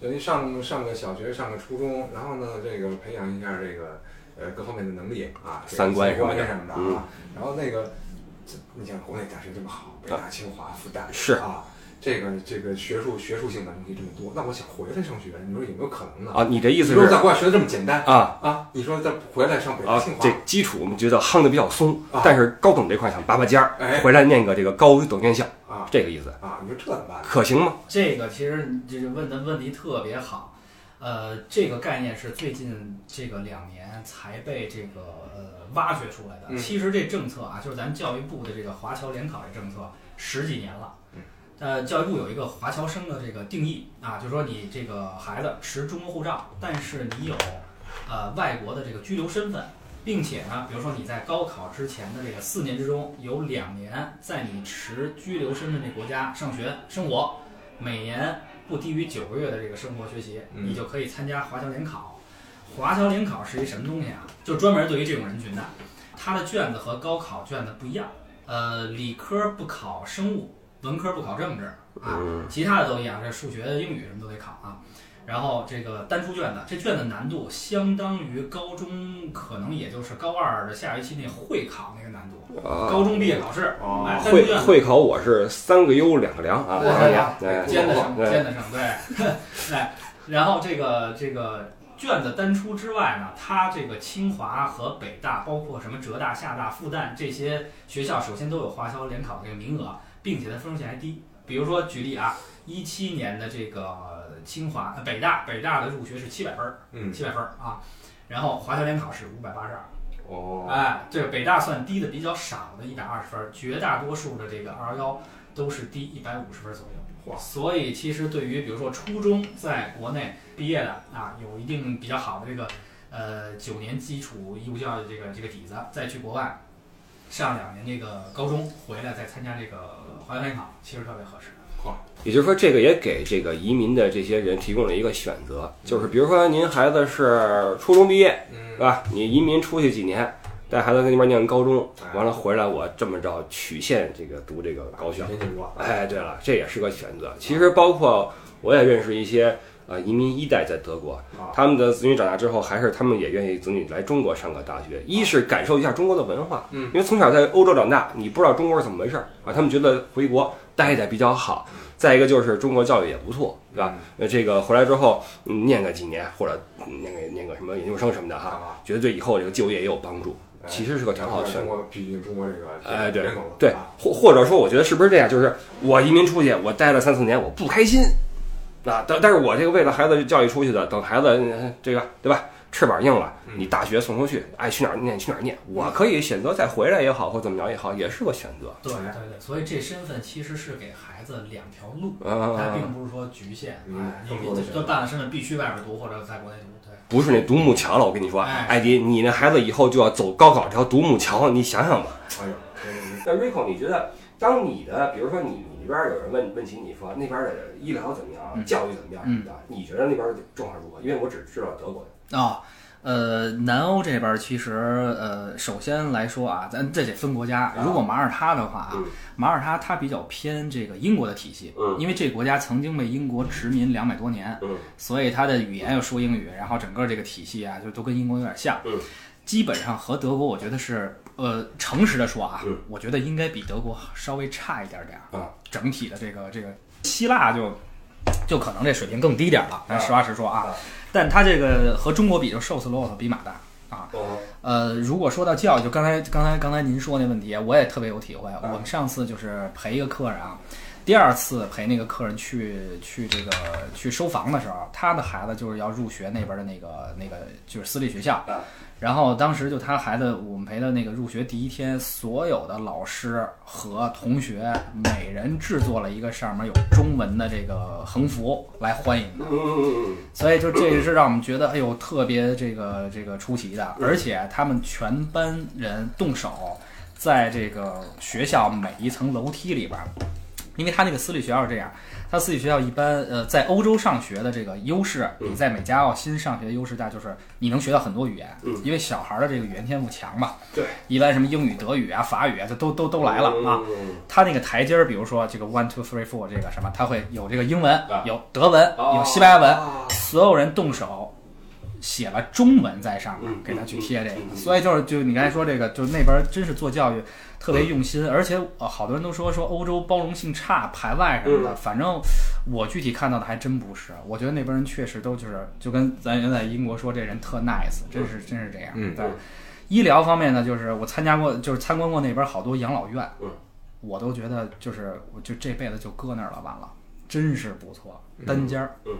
S3: 就上上个小学，上个初中，然后呢，这个培养一下这个呃各方面的能力啊，这个
S1: 三观
S3: 三观
S1: 什么的
S3: 什么的
S1: 嗯啊
S3: 啊，然后那个，这你像国内大学这么好，北大、清华、复旦
S1: 是
S3: 啊。这个这个学术学术性的东西这么多，那我想回来上学，你说有没有可能呢？，
S1: 啊你这意
S3: 你说在国外学的这么简单
S1: 啊
S3: 啊？你说再回来上北大、清华，
S1: 基础我们觉得夯的比较松
S3: 啊
S1: 是高等这块想拔拔尖
S3: 哎
S1: 回来念个这个高等院校，
S3: 啊
S1: 这个意思
S3: 啊，你说这怎么办呢？
S1: 可行吗？
S2: 这个其实你这个问的问题特别好，呃，这个概念是最近这个两年才被这个呃挖掘出来的。
S3: 嗯
S2: 其实这政策啊，就是咱们教育部的这个华侨联考这政策十几年了。呃，教育部有一个华侨生的这个定义啊，就说你这个孩子持中国护照，但是你有呃外国的这个居留身份，并且呢，比如说你在高考之前的这个四年之中，有两年在你持居留身份的国家上学生活，每年不低于九个月的这个生活学习，
S3: 嗯
S2: 你就可以参加华侨联考。华侨联考是一什么东西啊？就专门对于这种人群的，它的卷子和高考卷子不一样。呃，理科不考生物，文科不考政治啊，其他的都一样，这数学、英语什么都得考啊。然后这个单出卷子，这卷子难度相当于高中，可能也就是高二的下学期那会考那个难度，高中毕业考试，
S3: 哦
S2: 哎，单出
S1: 会
S2: 卷子
S1: 会考我是三个优两个良啊，
S2: 对
S1: 两个良，
S2: 对
S1: 哎
S2: 兼得上，
S1: 对
S2: 兼得上，对， [laughs] 哎，然后这个这个卷子单出之外呢，它这个清华和北大，包括什么浙大、厦大、复旦这些学校，首先都有华侨联考这个名额，并且它分数线还低。比如说举例啊，一七年的这个清华、呃北大，北大的入学是七百分儿，
S3: 嗯
S2: 七百分儿啊，然后华侨联考是五百八十二。
S3: 哦，
S2: 哎，这个北大算低的比较少的，一百二十分儿，绝大多数的这个二幺幺都是低一百五十分儿左右。
S3: 哇
S2: 所以其实对于比如说初中在国内毕业的啊，有一定比较好的这个呃九年基础义务教育这个这个底子，再去国外上两年这个高中回来再参加这个华侨联考，其实特别合适。
S1: 也就是说，这个也给这个移民的这些人提供了一个选
S3: 嗯
S1: 择，就是比如说您孩子是初中毕业，是
S3: 嗯，
S1: 吧？你移民出去几年，带孩子在那边念高中
S3: 哎，
S1: 完了回来我这么着曲线这个读这个高校
S3: 学。习我，
S1: 哎，对了，这也是个选择。其实包括我也认识一些
S4: 呃移民一代在德国
S1: 啊，
S4: 他们的子女长大之后，还是他们也愿意子女来中国上个大学，一是感受一下中国的文化，
S1: 嗯
S4: 因为从小在欧洲长大，你不知道中国是怎么回事儿啊，他们觉得回国待待比较好。再一个就是中国教育也不错，对吧？呃，这个回来之后、嗯念个几年或者嗯念个念个什么研究生什么的哈，
S3: 嗯
S1: 啊，
S4: 觉得对以后这个就业也有帮助，
S3: 哎
S4: 其实是个挺好的选择
S3: 中。国毕竟中国这个
S4: 哎，对
S3: 人口啊多
S4: 对，或或者说，我觉得是不是这样？就是我移民出去，我待了三四年，我不开心，啊，但但是我这个为了孩子教育出去的，等孩子呃这个对吧，翅膀硬了，
S2: 嗯
S4: 你大学送出去，爱去哪儿念去哪儿念，我可以选择再回来也好，或怎么着也好，也是个选择。
S2: 对对对，所以这身份其实是给孩子两条路，它
S4: 啊，
S2: 并不是说局限，
S3: 嗯
S2: 哎，
S3: 更多的
S2: 你这办了身份必须外边读或者在国内读，对，
S4: 不是那独木桥了，我跟你说，
S2: 哎
S4: 艾迪，你那孩子以后就要走高考这条独木桥，你想想吧。
S3: 哎呦，
S1: 那 Rico，你觉得当你的，比如说你你那边有人问问起你说那边的医疗怎么样啊，
S2: 嗯
S1: 教育怎么样什么的，你觉得那边的状况如何？因为我只知道德国的。
S2: 啊、呃，南欧这边儿其实呃，首先来说啊，咱这得分国家。如果马耳他的话啊，
S1: 啊嗯
S2: 马耳他它比较偏这个英国的体系，
S1: 嗯
S2: 因为这个国家曾经被英国殖民两百多年，
S1: 嗯
S2: 所以它的语言又说英语，然后整个这个体系啊，就都跟英国有点像。
S1: 嗯
S2: 基本上和德国，我觉得是呃，诚实的说啊，
S1: 嗯
S2: 我觉得应该比德国稍微差一点点儿
S1: 啊。
S2: 整体的这个这个希腊就就可能这水平更低点儿了，咱实话实说啊
S1: 啊。
S2: 但它这个和中国比，就瘦死骆驼比马大啊。
S1: 哦，
S2: 呃，如果说到教育，就刚才刚才刚才您说那问题，我也特别有体会。我们上次就是陪一个客人啊，第二次陪那个客人去去这个去收房的时候，他的孩子就是要入学那边的那个那个就是私立学校
S1: 啊，
S2: 然后当时就他孩子我们陪的那个入学第一天，所有的老师和同学每人制作了一个上面有中文的这个横幅来欢迎他。
S1: 嗯嗯
S2: 所以就这也是让我们觉得，哎呦，特别这个这个出奇的，而且他们全班人动手，在这个学校每一层楼梯里边儿，因为他那个私立学校是这样，他私立学校一般呃在欧洲上学的这个优势，比在美加澳新上学的优势大，就是你能学到很多语言，因为小孩儿的这个语言天赋强嘛，
S1: 对，嗯
S2: 一般什么英语、德语啊、法语啊，这都都都来了啊。它那个台阶儿，比如说这个 one two three four 这个什么，它会有这个英文
S1: 啊，
S2: 有德文，
S1: 哦
S2: 有西班牙文，
S1: 啊
S2: 所有人动手写了中文在上面
S1: 嗯，
S2: 给他去贴这
S1: 嗯嗯
S2: 个。所以就是就你刚才说这个，就那边真是做教育特别用
S1: 嗯
S2: 心，而且呃好多人都说说欧洲包容性差、排外什
S1: 嗯
S2: 么的，反正我具体看到的还真不是。我觉得那边人确实都就是就跟咱原来英国说这人特 nice，真是真是这样。
S3: 嗯
S2: 对。医疗方面呢，就是我参加过，就是参观过那边好多养老院，
S1: 嗯，
S2: 我都觉得就是我就这辈子就搁那儿了，完了，真是不错，单间儿，
S1: 嗯，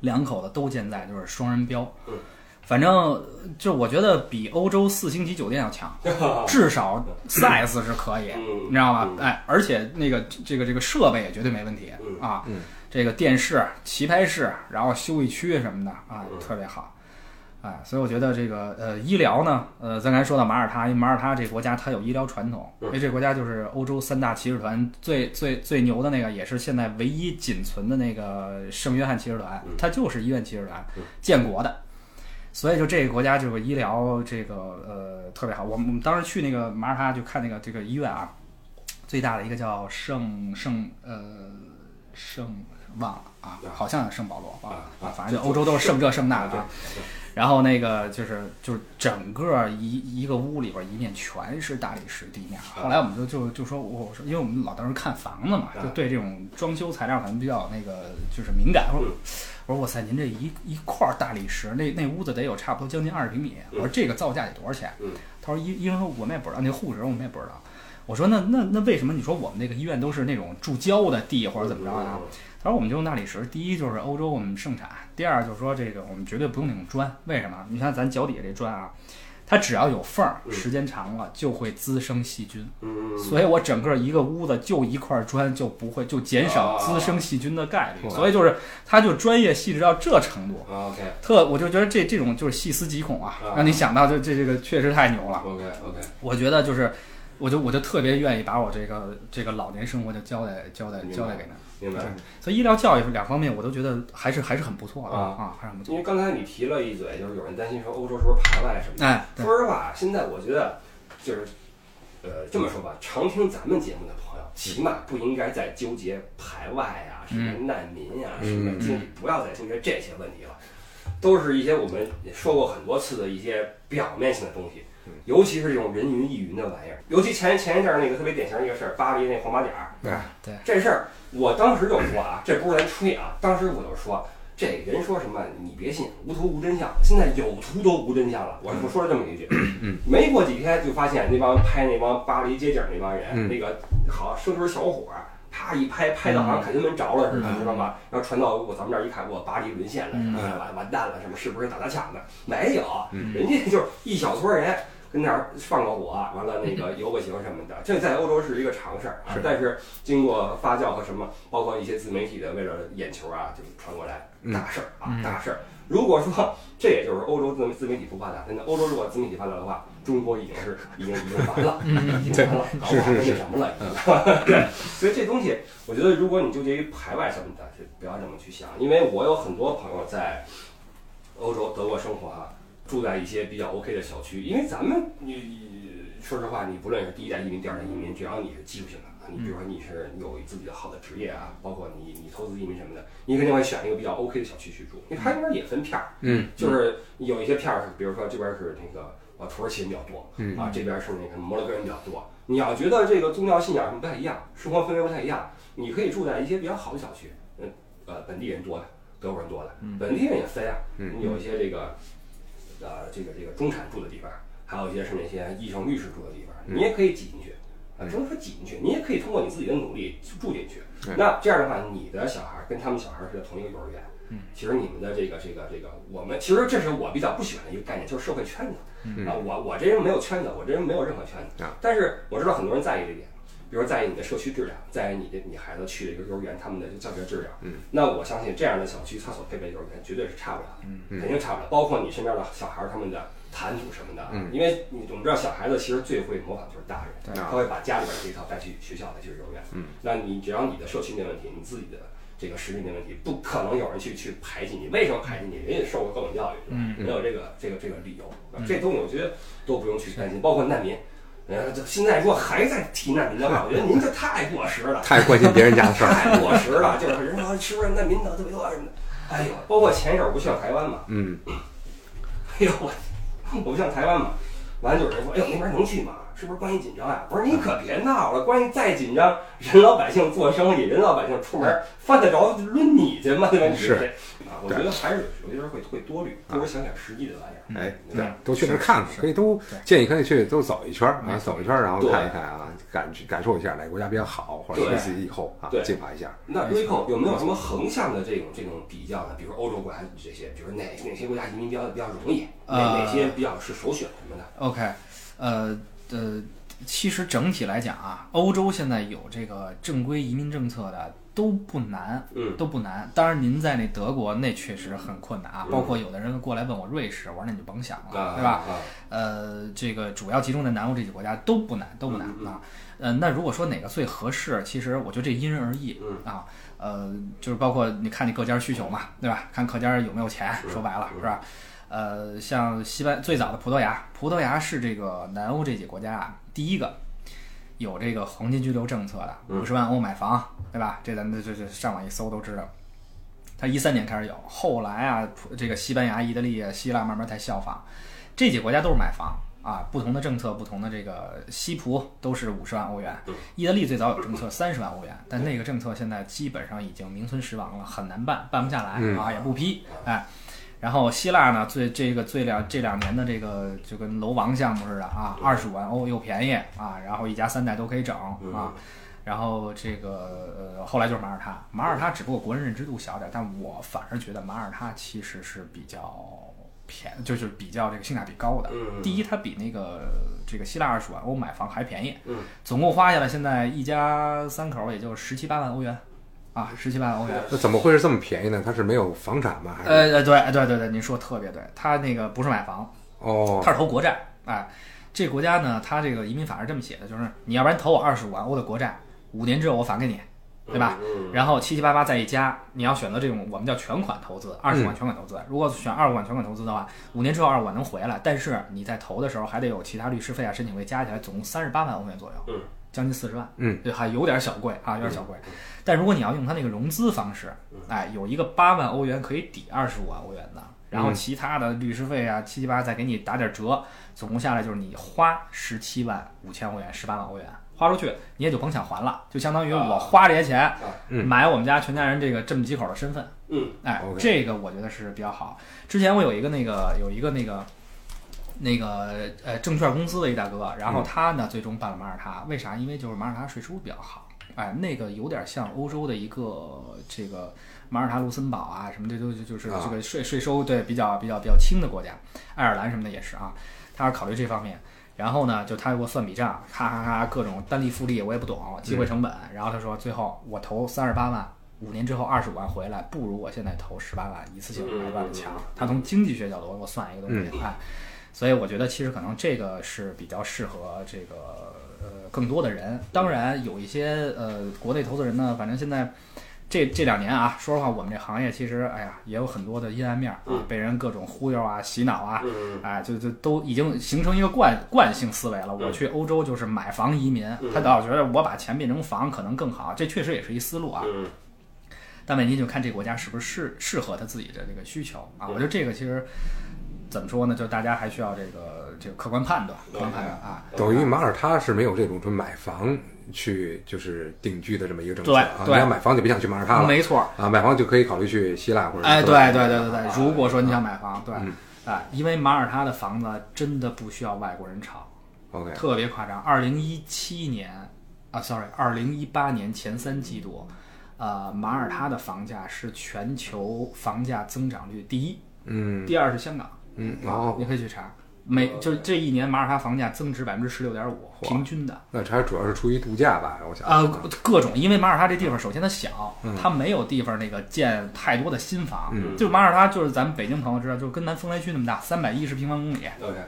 S2: 两口子都健在，就是双人标，
S1: 嗯，
S2: 反正就我觉得比欧洲四星级酒店
S1: [laughs]
S2: 要强，至少 size 是可以，
S1: 嗯
S2: 你知道吗？哎，而且那个这个这个设备也绝对没问题
S1: 嗯
S2: 啊，这个电视、棋牌室，然后休息区什么的啊，
S1: 嗯
S2: 特别好。哎，所以我觉得这个呃医疗呢，呃，咱刚才说到马耳他，因为马耳他这个国家它有医疗传统，
S1: 嗯
S2: 因为这个国家就是欧洲三大骑士团最最最牛的那个，也是现在唯一仅存的那个圣约翰骑士团，
S1: 嗯
S2: 它就是医院骑士团建国的，所以就这个国家这个医疗这个呃特别好。我们我们当时去那个马耳他就看那个这个医院啊，最大的一个叫圣圣呃圣忘了啊，好像圣保罗忘了啊，反正就欧洲都是圣这圣那的啊。然后那个就是就是整个一一个屋里边一面全是大理石地面。后来我们就就就说，我我说，因为我们老当时看房子嘛，就对这种装修材料可能比较那个就是敏感。我说我说哇塞，您这一一块大理石，那那屋子得有差不多将近二十平米。我说这个造价得多少钱？他说医医生说我们也不知道，那护士我们也不知道。我说那那那为什么你说我们那个医院都是那种注胶的地或者怎么着的啊？他说我们就用大理石，第一就是欧洲我们盛产，第二就是说这个我们绝对不用那种砖，为什么？你看咱脚底下这砖啊，它只要有缝儿，时间长了就会滋生细菌，
S1: 嗯
S2: 所以我整个一个屋子就一块砖就不会就减少滋生细菌的概率，
S1: 啊
S2: 所以就是它就专业细致到这程度，
S1: ，OK
S2: 特我就觉得这这种就是细思极恐啊，
S1: 啊
S2: 让你想到这这这个确实太牛了。
S1: OK OK，
S2: 我觉得就是，我就我就特别愿意把我这个这个老年生活就交代交代交代给他。
S1: 明白。
S2: 所以医疗教育两方面，我都觉得还是还是很不错的
S1: 啊
S2: 啊，还是很
S1: 因
S2: 不错。
S1: 为刚才你提了一嘴，就是有人担心说欧洲是不是排外什么的。
S2: 哎，对
S1: 说实话，现在我觉得就是，呃，这么说吧，常听咱们节目的朋友，起码不应该再纠结排外啊、什么难民啊、什么经济，不要再纠结这些问题了。都是一些我们也说过很多次的一些表面性的东西，尤其是这种人云亦云的玩意儿。尤其前前一阵儿那个特别典型的一个事儿，巴黎那黄马甲儿，
S3: 对
S2: 对
S1: 这事儿我当时就说啊，这不是咱吹啊，当时我就说，这人说什么你别信，无图无真相，现在有图都无真相了。我我说了这么一句，没过几天就发现那帮拍那帮巴黎街景那帮人，
S3: 嗯
S1: 那个好像生存小伙儿，啪一拍拍到好像凯旋门着了似的，
S2: 嗯
S1: 你知道吗？然后传到我咱们这儿一看，我巴黎沦陷了，
S2: 嗯
S1: 哎完完蛋了，什么是不是打砸抢的？没有，
S3: 嗯
S1: [laughs] 人家就是一小撮人。跟那儿放个火，完了那个游个行什么的，这在欧洲是一个常事儿啊
S3: 是。
S1: 但是经过发酵和什么，包括一些自媒体的为了眼球啊，就传过来
S3: 嗯
S1: 大事儿啊，
S2: 嗯
S1: 大事儿。如果说这也就是欧洲自自媒体不发达，真的欧洲如果自媒体发达的话，中国已经是已经已经完了，已经完了，搞不好那什么了。已经 [laughs] 对，所以这东西，我觉得如果你纠结于排外什么的，就不要这么去想，因为我有很多朋友在欧洲德国生活哈、住在一些比较 OK 的小区，因为咱们你你说实话，你不论是第一代移民、第二代移民，只要你是技术性的啊，你
S3: 嗯
S1: 比如说你是有自己的好的职业啊，包括你你投资移民什么的，你肯定会选一个比较 OK 的小区去住。因为它那边也分片儿，
S3: 嗯，
S1: 就是有一些片儿是，比如说这边是那个呃土耳其人比较多，
S3: 嗯
S1: 啊这边是那个摩洛哥人比较多。你要觉得这个宗教信仰什么不太一样，生活氛围不太一样，你可以住在一些比较好的小区，嗯呃本地人多的，德国人多的，本地人也分啊，
S3: 嗯
S1: 有一些这个呃这个这个中产住的地方，还有一些是那些医生律师住的地方，
S3: 嗯
S1: 你也可以挤进去。啊，
S3: 嗯
S1: 不能说挤进去，你也可以通过你自己的努力住进去
S3: 对。
S1: 那这样的话，你的小孩儿跟他们小孩儿是在同一个幼儿园。
S3: 嗯
S1: 其实你们的这个这个这个，我们其实这是我比较不喜欢的一个概念，就是社会圈子。啊，我我这人没有圈子，我这人没有任何圈子
S3: 嗯啊。
S1: 但是我知道很多人在意这点，比如在意你的社区质量，在意你的你孩子去的一个幼儿园他们的教学质量。
S3: 嗯，
S1: 那我相信这样的小区，它所配备的幼儿园绝对是差不了的，嗯肯定差不了。包括你身边的小孩儿他们的谈吐什么的，
S3: 嗯
S1: 因为你我们知道小孩子其实最会模仿就是大人。
S2: 对
S1: 他会把家里边这一套带去学校，带去幼儿园。
S3: 嗯，
S1: 那你只要你的社区没问题，你自己的这个实力没问题，不可能有人去去排挤你。为什么排挤你？人家受过高等教育，对吧
S2: 嗯
S1: 没有这个这个这个理由。这东西我觉得都不用去担心，包括难民。呃，这现在如果还在提难民的
S3: [laughs]
S1: 话，我觉得您这太过时了。
S3: [laughs] 太关心别人家的事 [laughs] 儿，
S1: 太过时了， [laughs] 就是人说是不是难民的特别多啊什么的，哎呦，包括前一阵儿不去趟台湾嘛，
S3: 嗯，
S1: 哎呦我， [laughs] 我不像台湾嘛，完了就是人说，哎呦那边能去吗？是不是关系紧张呀、我说你可别闹了，关系再紧张，人老百姓做生意，人老百姓出门犯得着抡你去吗？对吧？你
S3: 啊是
S1: 这啊，我觉得还是有些人会会多虑，不如想点实际的玩意儿。
S3: 哎，
S1: 嗯
S3: 对
S2: 是，
S3: 都去那儿看看，
S2: 是
S3: 可以都
S2: 对
S3: 建议可以去都走一圈儿
S2: 没
S3: 啊，
S2: 错
S3: 走一圈儿，然后
S1: 对
S3: 看一看啊，感感受一下哪个国家比较好，或者
S1: 对
S3: 说自己以后啊
S1: 对
S3: 进化一下。
S1: 那 Rico 有没有什么横向的这种这种比较呢？比如欧洲国家这些，比如哪哪些国家移民比较比较容易，哪
S2: 呃
S1: 哪些比较是首选什么的？
S2: OK，呃呃，其实整体来讲啊，欧洲现在有这个正规移民政策的都不难，
S1: 嗯
S2: 都不难。当然，您在那德国那确实很困难啊，包括有的人过来问我瑞士，我说那你就甭想了，对吧？？
S1: 嗯啊
S2: 呃，这个主要集中在南欧这几个国家都不难，都不难
S1: 嗯嗯
S2: 啊。呃，那如果说哪个最合适，其实我觉得这因人而异
S1: 嗯
S2: 啊。呃，就是包括你看你各家需求嘛，对吧？看各家有没有钱，
S1: 是
S2: 说白了
S1: 是
S2: 是吧？呃，像西班最早的葡萄牙，葡萄牙是这个南欧这几个国家啊，第一个有这个黄金居留政策的，
S1: 嗯
S2: 五十万欧买房，对吧？这咱这这这上网一搜都知道。它一三年开始有，后来啊，葡这个西班牙、意大利、啊希腊慢慢才效仿，这几个国家都是买房啊，不同的政策，不同的这个西葡都是五十万欧元
S1: 对，
S2: 意大利最早有政策三十万欧元，但那个政策现在基本上已经名存实亡了，很难办，办不下来
S3: 嗯
S2: 啊，也不批，哎。然后希腊呢，最这个最两这两年的这个就跟楼王项目似的啊，二十五万欧又便宜啊，然后一家三代都可以整
S1: 嗯
S2: 啊。然后这个呃，后来就是马耳他，马耳他只不过国人认知度小点，但我反而觉得马耳他其实是比较便，就是比较这个性价比高的。
S1: 嗯
S2: 第一，它比那个这个希腊二十万欧买房还便宜，
S1: 嗯
S2: 总共花下来现在一家三口也就十七八万欧元，啊，十七八万欧元。
S3: 那怎么会是这么便宜呢？它是没有房产吗？还是
S2: 呃呃，对对对对，您说得特别对，他那个不是买房，
S3: 哦
S2: 他是投国债，哎，这国家呢，它这个移民法是这么写的，就是你要不然投我二十五万欧的国债，五年之后我返给你，对吧？
S1: 嗯
S2: 然后七七八八再一加，你要选择这种我们叫全款投资，二十
S3: 嗯
S2: 万全款投资。如果选二十万全款投资的话，五年之后二十万能回来，但是你在投的时候还得有其他律师费啊、申请费加起来，总共三十八万欧元左右。
S1: 嗯
S2: 将近四十万，
S3: 嗯，
S2: 还有点小贵啊，有点小贵。但如果你要用它那个融资方式，哎，有一个八万欧元可以抵二十五万欧元的，然
S3: 嗯
S2: 后其他的律师费啊七七八再给你打点折，总共下来就是你花十七万五千欧元，十八万欧元花出去，你也就甭想还了，就相当于我花这些钱
S3: 嗯
S2: 买我们家全家人这个这么几口的身份，
S1: 嗯，
S2: 哎
S3: OK，
S2: 这个我觉得是比较好。之前我有一个那个有一个那个。那个呃，证券公司的一大哥，然后他呢最终办了马耳他，为啥？因为就是马耳他税收比较好，哎，那个有点像欧洲的一个这个马耳他、卢森堡啊什么，这都就是
S3: 啊
S2: 这个税税收对比较比较比较轻的国家，爱尔兰什么的也是啊，他是考虑这方面。然后呢，就他给我算笔账，咔咔咔各种单利复利我也不懂，机会成本。然后他说，最后我投三十八万，五年之后二十五万回来，不如我现在投十八万一次性来万强。他从经济学角度给我算一个东西，哎，所以我觉得其实可能这个是比较适合这个呃更多的人。当然有一些呃国内投资人呢，反正现在这这两年啊，说实话，我们这行业其实哎呀也有很多的阴暗面儿啊，被人各种忽悠啊、洗脑啊，
S1: 嗯
S3: 嗯
S2: 哎，就就都已经形成一个惯惯性思维了。
S3: 嗯
S2: 我去欧洲就是买房移民，他倒觉得我把钱变成房可能更好，这确实也是一思路啊。
S1: 嗯
S2: 但问题就看这国家是不是适适合他自己的这个需求啊。我觉得这个其实怎么说呢，就大家还需要这个这个客观判断，客观判断啊。
S3: 等于马耳他是没有这种说买房去就是定居的这么一个政策
S2: 对
S3: 啊，你
S2: 对
S3: 要买房就别想去马耳他了
S2: 没错，
S3: 啊，买房就可以考虑去希腊或者嗯
S2: 哎，
S3: 是
S2: 对对对对对，如果说你想买房，对，哎，因为马耳他的房子真的不需要外国人炒，
S3: ，OK，
S2: 特别夸张。二零一七年啊，sorry，二零一八年前三季度，呃，马耳他的房价是全球房价增长率第一，
S3: 嗯
S2: 第二是香港。
S3: 嗯，然后
S2: 你可以去查，每就是这一年马耳他房价增值百分之十六点五，平均的。
S3: 那这还主要是出于度假吧，我想
S2: 啊，各种，因为马耳他这地方首先它小，它没有地方那个建太多的新房，就马耳他就是咱们北京朋友知道，就跟咱丰台区那么大，三百一十平方公里，
S1: 嗯，OK，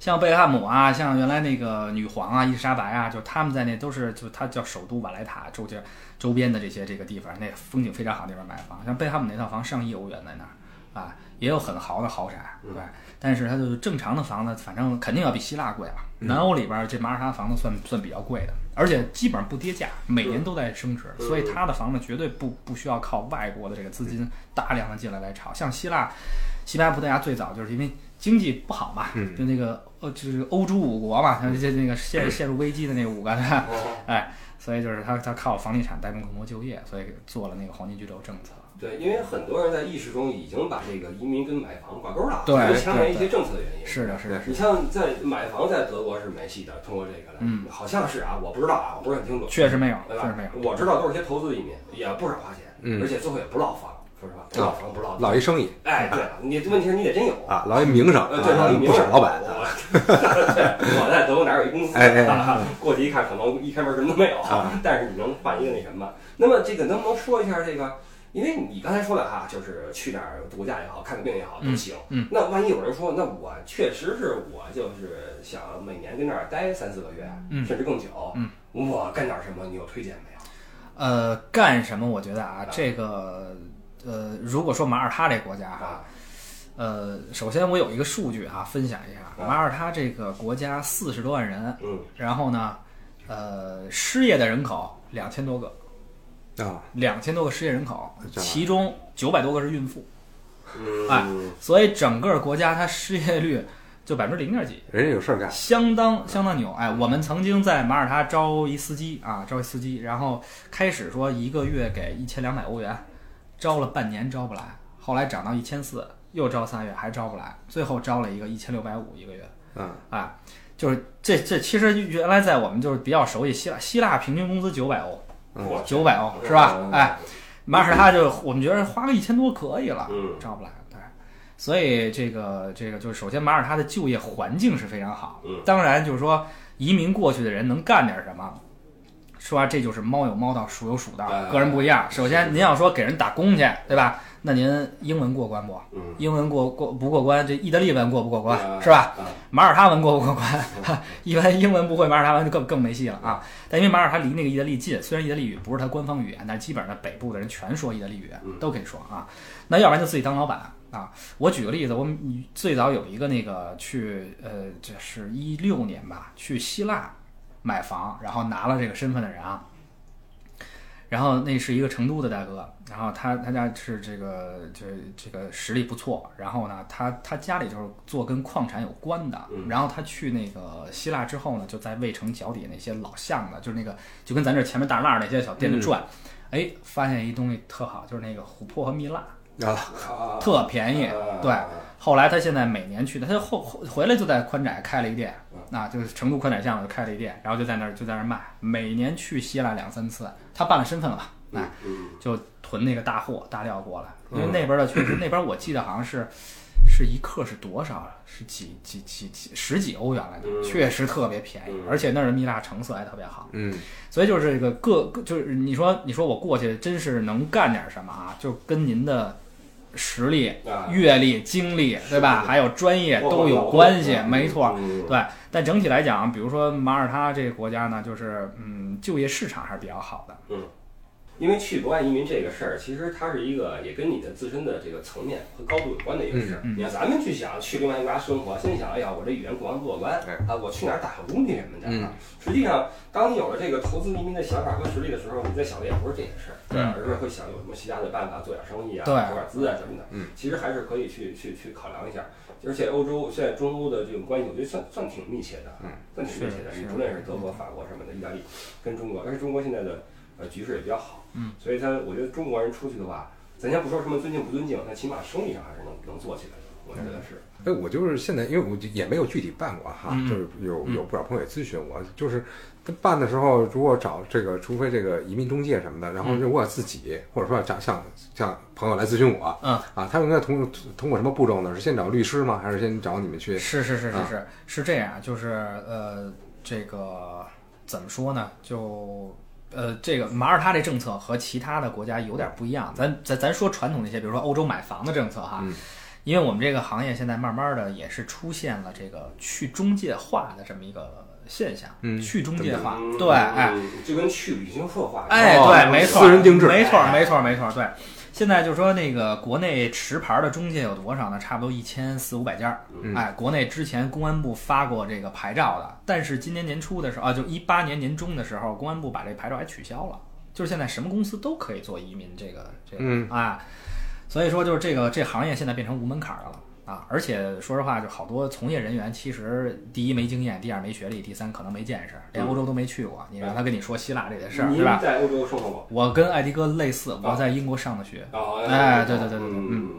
S2: 像贝克汉姆啊，像原来那个女皇啊、伊丽莎白啊，就他们在那都是，就它叫首都瓦莱塔周边周边的这些这个地方，那风景非常好，那边买房，像贝克汉姆那套房上亿欧元在那儿啊，也有很豪的豪宅，对，但是它就是正常的房子，反正肯定要比希腊贵啊。南欧里边儿这马耳他房子算算比较贵的，而且基本上不跌价，每年都在升值，所以它的房子绝对不不需要靠外国的这个资金大量的进来来炒，像希腊。西班牙、葡萄牙最早就是因为经济不好嘛，就那个呃，就是欧洲五国嘛，像这些那个陷陷入危机的那五个，对吧哎，所以就是他他靠房地产带动更多就业，所以做了那个黄金居留政策。
S1: 对，因为很多人在意识中已经把这个移民跟买房挂钩了，
S2: 对
S1: 就强为一些政策的原因。
S2: 是的，是的，
S1: 你像在买房，在德国是没戏的，通过这个来，嗯，好像是啊，我不知道啊，我不是很清楚，
S2: 确实没有，
S1: 对
S2: 确实
S1: 吧
S2: 没有。？
S1: 我知道都是些投资移民，也不少花钱，
S3: 嗯
S1: 而且最后也不落房，说实话，不落
S2: 啊
S1: 房不落地。
S3: 老一生意
S1: 哎，对，你问题是你得真有，
S3: 啊，老一名声
S1: 呃，对，老
S3: 啊
S1: 一，名
S3: 不
S1: 儿
S3: 少老板
S1: 我 [laughs] 对，我在德国哪有一公司？
S3: 哎哎
S1: 啊 [laughs] 过去一看，可能一开门什么都没有
S3: 啊，
S1: [laughs] 但是你能办一个那什么。那么这个能不能说一下这个？因为你刚才说了哈，就是去哪儿度假也好，看个病也好都行。
S2: 嗯嗯
S1: 那万一有人说，那我确实是我就是想每年跟那儿待三四个月，
S2: 嗯
S1: 甚至更久。
S2: 嗯
S1: 我干点什么？你有推荐没有？
S2: 呃，干什么？我觉得啊，这个呃，如果说马耳他这国家哈、
S1: 啊，
S2: 呃，首先我有一个数据哈、分享一下，
S1: 啊
S2: 马耳他这个国家四十多万人，
S1: 嗯，
S2: 然后呢，呃，失业的人口两千多个，
S3: 啊，
S2: 两千多个失业人口，
S3: 这样
S2: 其中九百多个是孕妇，
S1: 嗯，
S2: 哎所以整个国家它失业率就百分之零点几，
S3: 人家有事儿干，
S2: 相当相当牛。哎，我们曾经在马耳他招一司机啊，招一司机，然后开始说一个月给一千两百欧元，招了半年招不来，后来涨到一千四，又招仨月还招不来，最后招了一个一千六百五一个月。
S3: 嗯
S2: 啊，就是这这其实原来在我们就是比较熟悉希腊，希腊平均工资九百欧，
S1: 我嗯
S2: 九百欧是吧？哎，马耳他就我们觉得花个一千多可以了，
S1: 嗯
S2: 招不来，对。所以这个这个就是，首先马耳他的就业环境是非常好，
S1: 嗯
S2: 当然就是说移民过去的人能干点什么，说啊白这就是猫有猫道，鼠有鼠道，
S1: 哎
S2: 个人不一样。首先您要说给人打工去，对吧？那您英文过关不？
S1: 嗯
S2: 英文过过不过关？这意大利文过不过关、
S1: 嗯
S2: 是吧？
S1: 嗯
S2: 马耳他文过不过关？哈一般英文不会，马耳他文就更更没戏了啊！但因为马耳他离那个意大利近，虽然意大利语不是它官方语言，但基本上北部的人全说意大利语，都可以说啊。那要不然就自己当老板啊！我举个例子，我们最早有一个那个去呃，这是一六年吧，去希腊买房，然后拿了这个身份的人啊。然后那是一个成都的大哥，然后他他家是这个就是这个实力不错，然后呢，他他家里就是做跟矿产有关的，
S1: 嗯
S2: 然后他去那个希腊之后呢，就在卫城脚底那些老巷子，就是那个就跟咱这前面大栅那些小
S1: 嗯
S2: 店子转，哎，发现一东西特好，就是那个琥珀和蜜蜡，
S1: 啊
S2: 特便宜，对。后来他现在每年去的，他就后后回来就在宽窄开了一店，
S1: 嗯
S2: 啊，就是成都宽窄巷子就开了一店，然后就在那儿就在那儿卖，每年去希腊两三次。他办了身份了，
S1: 嗯
S2: 哎，就囤那个大货大料过来，因为那边的确实，那边我记得好像是是一克是多少啊？是几几几几十几欧元来的，确实特别便宜，而且那儿的蜜蜡成色还特别好。
S3: 嗯，
S2: 所以就是这个各各就是你说你说我过去真是能干点什么啊，就跟您的实力
S1: 啊
S2: 阅历、经历，对吧？还有专业啊都有关系，没错。
S1: 嗯
S2: 对，但整体来讲，比如说马耳他这个国家呢，就是嗯，就业市场还是比较好的。
S1: 因为去国外移民这个事儿，其实它是一个也跟你的自身的这个层面和高度有关的一个事儿。
S2: 嗯嗯
S1: 你看咱们去想去另外一个国家生活，先想哎呀，我这语言过关不过关
S3: 哎
S1: 啊？我去哪儿打个工去什么的。啊
S2: 嗯
S1: 实际上，当你有了这个投资移民的想法和实力的时候，你在想的也不是这些事儿，
S2: 对
S1: 而是会想有什么其他的办法做点生意啊，
S2: 嗯对
S1: 投点资啊什么的。
S3: 嗯，
S1: 其实还是可以去去去考量一下。而且欧洲现在中欧的这种关系，我觉得算算挺密切的，啊
S3: 嗯，
S1: 算挺密切的。
S2: 是
S1: 你
S2: 是嗯
S1: 不论是德国、法国什么的，意大利跟中国，而且中国现在的呃局势也比较好，
S2: 嗯，
S1: 所以他我觉得中国人出去的话，咱先不说什么尊敬不尊敬，那起码生意上还是能能做起来的，我觉得是。
S3: 哎，我就是现在，因为我就也没有具体办过哈，
S2: 嗯
S3: 就是有
S2: 嗯
S3: 有不少朋友也咨询我，就是他办的时候，如果找这个，除非这个移民中介什么
S2: 嗯
S3: 的，然后如果自己、或者说找像像朋友来咨询我，
S2: 嗯
S3: 啊，他们应该通通过什么步骤呢？是先找律师吗？还是先找你们去？
S2: 是是是是
S3: 啊
S2: 是是这样，就是呃，这个怎么说呢？就呃，这个马耳他这政策和其他的国家有点不一样。咱咱咱说传统那些，比如说欧洲买房的政策哈，
S3: 嗯
S2: 因为我们这个行业现在慢慢的也是出现了这个去中介化的这么一个现象，
S3: 嗯
S2: 去中介化，
S1: 嗯
S2: 对，哎，，
S1: 就跟去旅行社化，
S2: 哎，
S3: 哦
S2: 对，没错，
S3: 私人定制
S2: 没错，没错，没错，对。现在就说那个国内持牌的中介有多少呢？差不多一千四五百家儿。
S3: 嗯
S2: 哎，国内之前公安部发过这个牌照的，但是今年年初的时候啊，就一八年年中的时候，公安部把这牌照还取消了。就是现在什么公司都可以做移民这个这个、
S3: 嗯
S2: 啊，所以说就是这个这行业现在变成无门槛儿的了。啊，而且说实话，就好多从业人员，其实第一没经验，第二没学历，第三可能没见识，
S3: 嗯
S2: 连欧洲都没去过。你让他跟你说希腊这些事儿，
S1: 您
S2: 对吧？
S1: 在欧洲生活过？
S2: 我跟艾迪哥类似，我在英国上的学，哎对对对对对
S1: 嗯，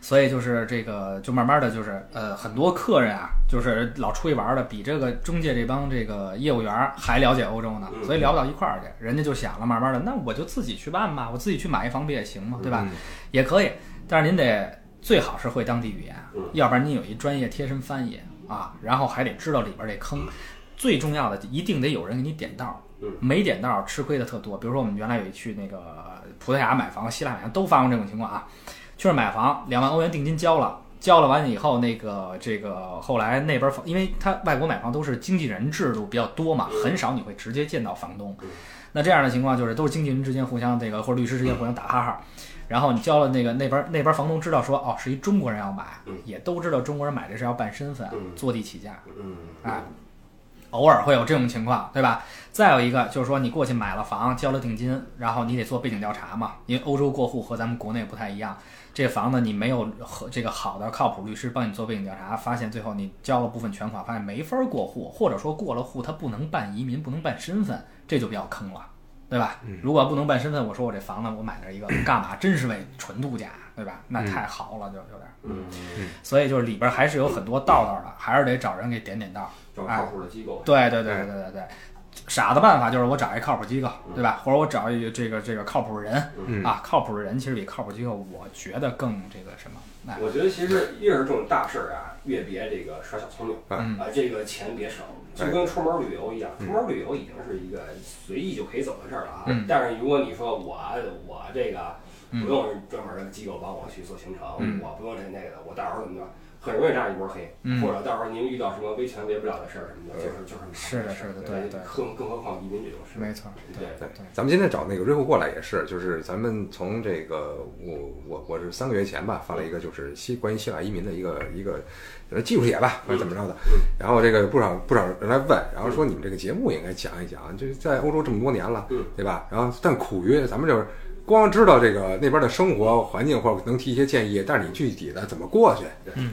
S2: 所以就是这个，就慢慢的就是呃，很多客人啊，就是老出去玩儿的，比这个中介这帮这个业务员儿还了解欧洲呢，所以聊不到一块儿去。人家就想了，慢慢的，那我就自己去办吧，我自己去买一房不也行吗？对吧？也可以，但是您得最好是会当地语言，要不然您有一专业贴身翻译啊，然后还得知道里边儿这坑。最重要的，一定得有人给你点道儿
S1: 嗯，
S2: 没点道儿吃亏的特多。比如说我们原来有一去那个葡萄牙买房、希腊买房都发生这种情况啊，去那儿买房，两万欧元定金交了。交了完以后，那个这个后来那边房，因为他外国买房都是经纪人制度比较多嘛，很少你会直接见到房东。那这样的情况就是都是经纪人之间互相这个或者律师之间互相打哈哈，然后你交了那个那边那边房东知道说哦是一中国人要买，也都知道中国人买这是要办身份，坐地起价，
S1: 嗯，
S2: 哎，偶尔会有这种情况，对吧？再有一个就是说，你过去买了房，交了定金，然后你得做背景调查嘛，因为欧洲过户和咱们国内不太一样，这房子你没有和这个好的靠谱律师帮你做背景调查，发现最后你交了部分全款，发现没法过户，或者说过了户他不能办移民，不能办身份，这就比较坑了。对吧？如果不能办身份，我说我这房子我买了一个干嘛？真是为纯度假，对吧？那太豪了，就有点。
S1: 嗯，
S2: 所以就是里边还是有很多道道的，还是得找人给点点道。
S1: 找靠谱的机构，
S2: 对对对对对对对，傻的办法就是我找一靠谱机构，对吧？或者我找一这个这个靠谱人啊，靠谱的人其实比靠谱机构，我觉得更这个什么，哎，
S1: 我觉得其实越是这种大事儿啊，越别这个耍小聪明，
S2: 嗯哎
S1: 啊，这个钱别省，就跟出门旅游一样，出门旅游已经是一个随意就可以走的事儿了啊。
S2: 嗯
S1: 但是如果你说我我这个
S2: 嗯
S1: 不用专门的机构帮我去做行程，
S2: 嗯
S1: 我不用这那个的，我到时候怎么着，很容易拉一波黑，
S2: 嗯
S1: 或者到时候您遇到什么维权维不了的事儿什么的，就是就是麻烦
S2: 是的，是的，对对，
S1: 更更何况移民这种事儿，
S2: 没错，
S1: 对。
S3: 对
S2: 对，
S3: 咱们今天找那个瑞虎过来也是，就是咱们从这个我我我是三个月前吧发了一个就是希关于希腊移民的一个一个呃技术帖吧，还是怎么着的。然后这个不少不少人来问，然后说你们这个节目也应该讲一讲，就是在欧洲这么多年了
S1: 嗯，
S3: 对吧？然后但苦于咱们就是光知道这个那边的生活环境或者能提一些建议，但是你具体的怎么过去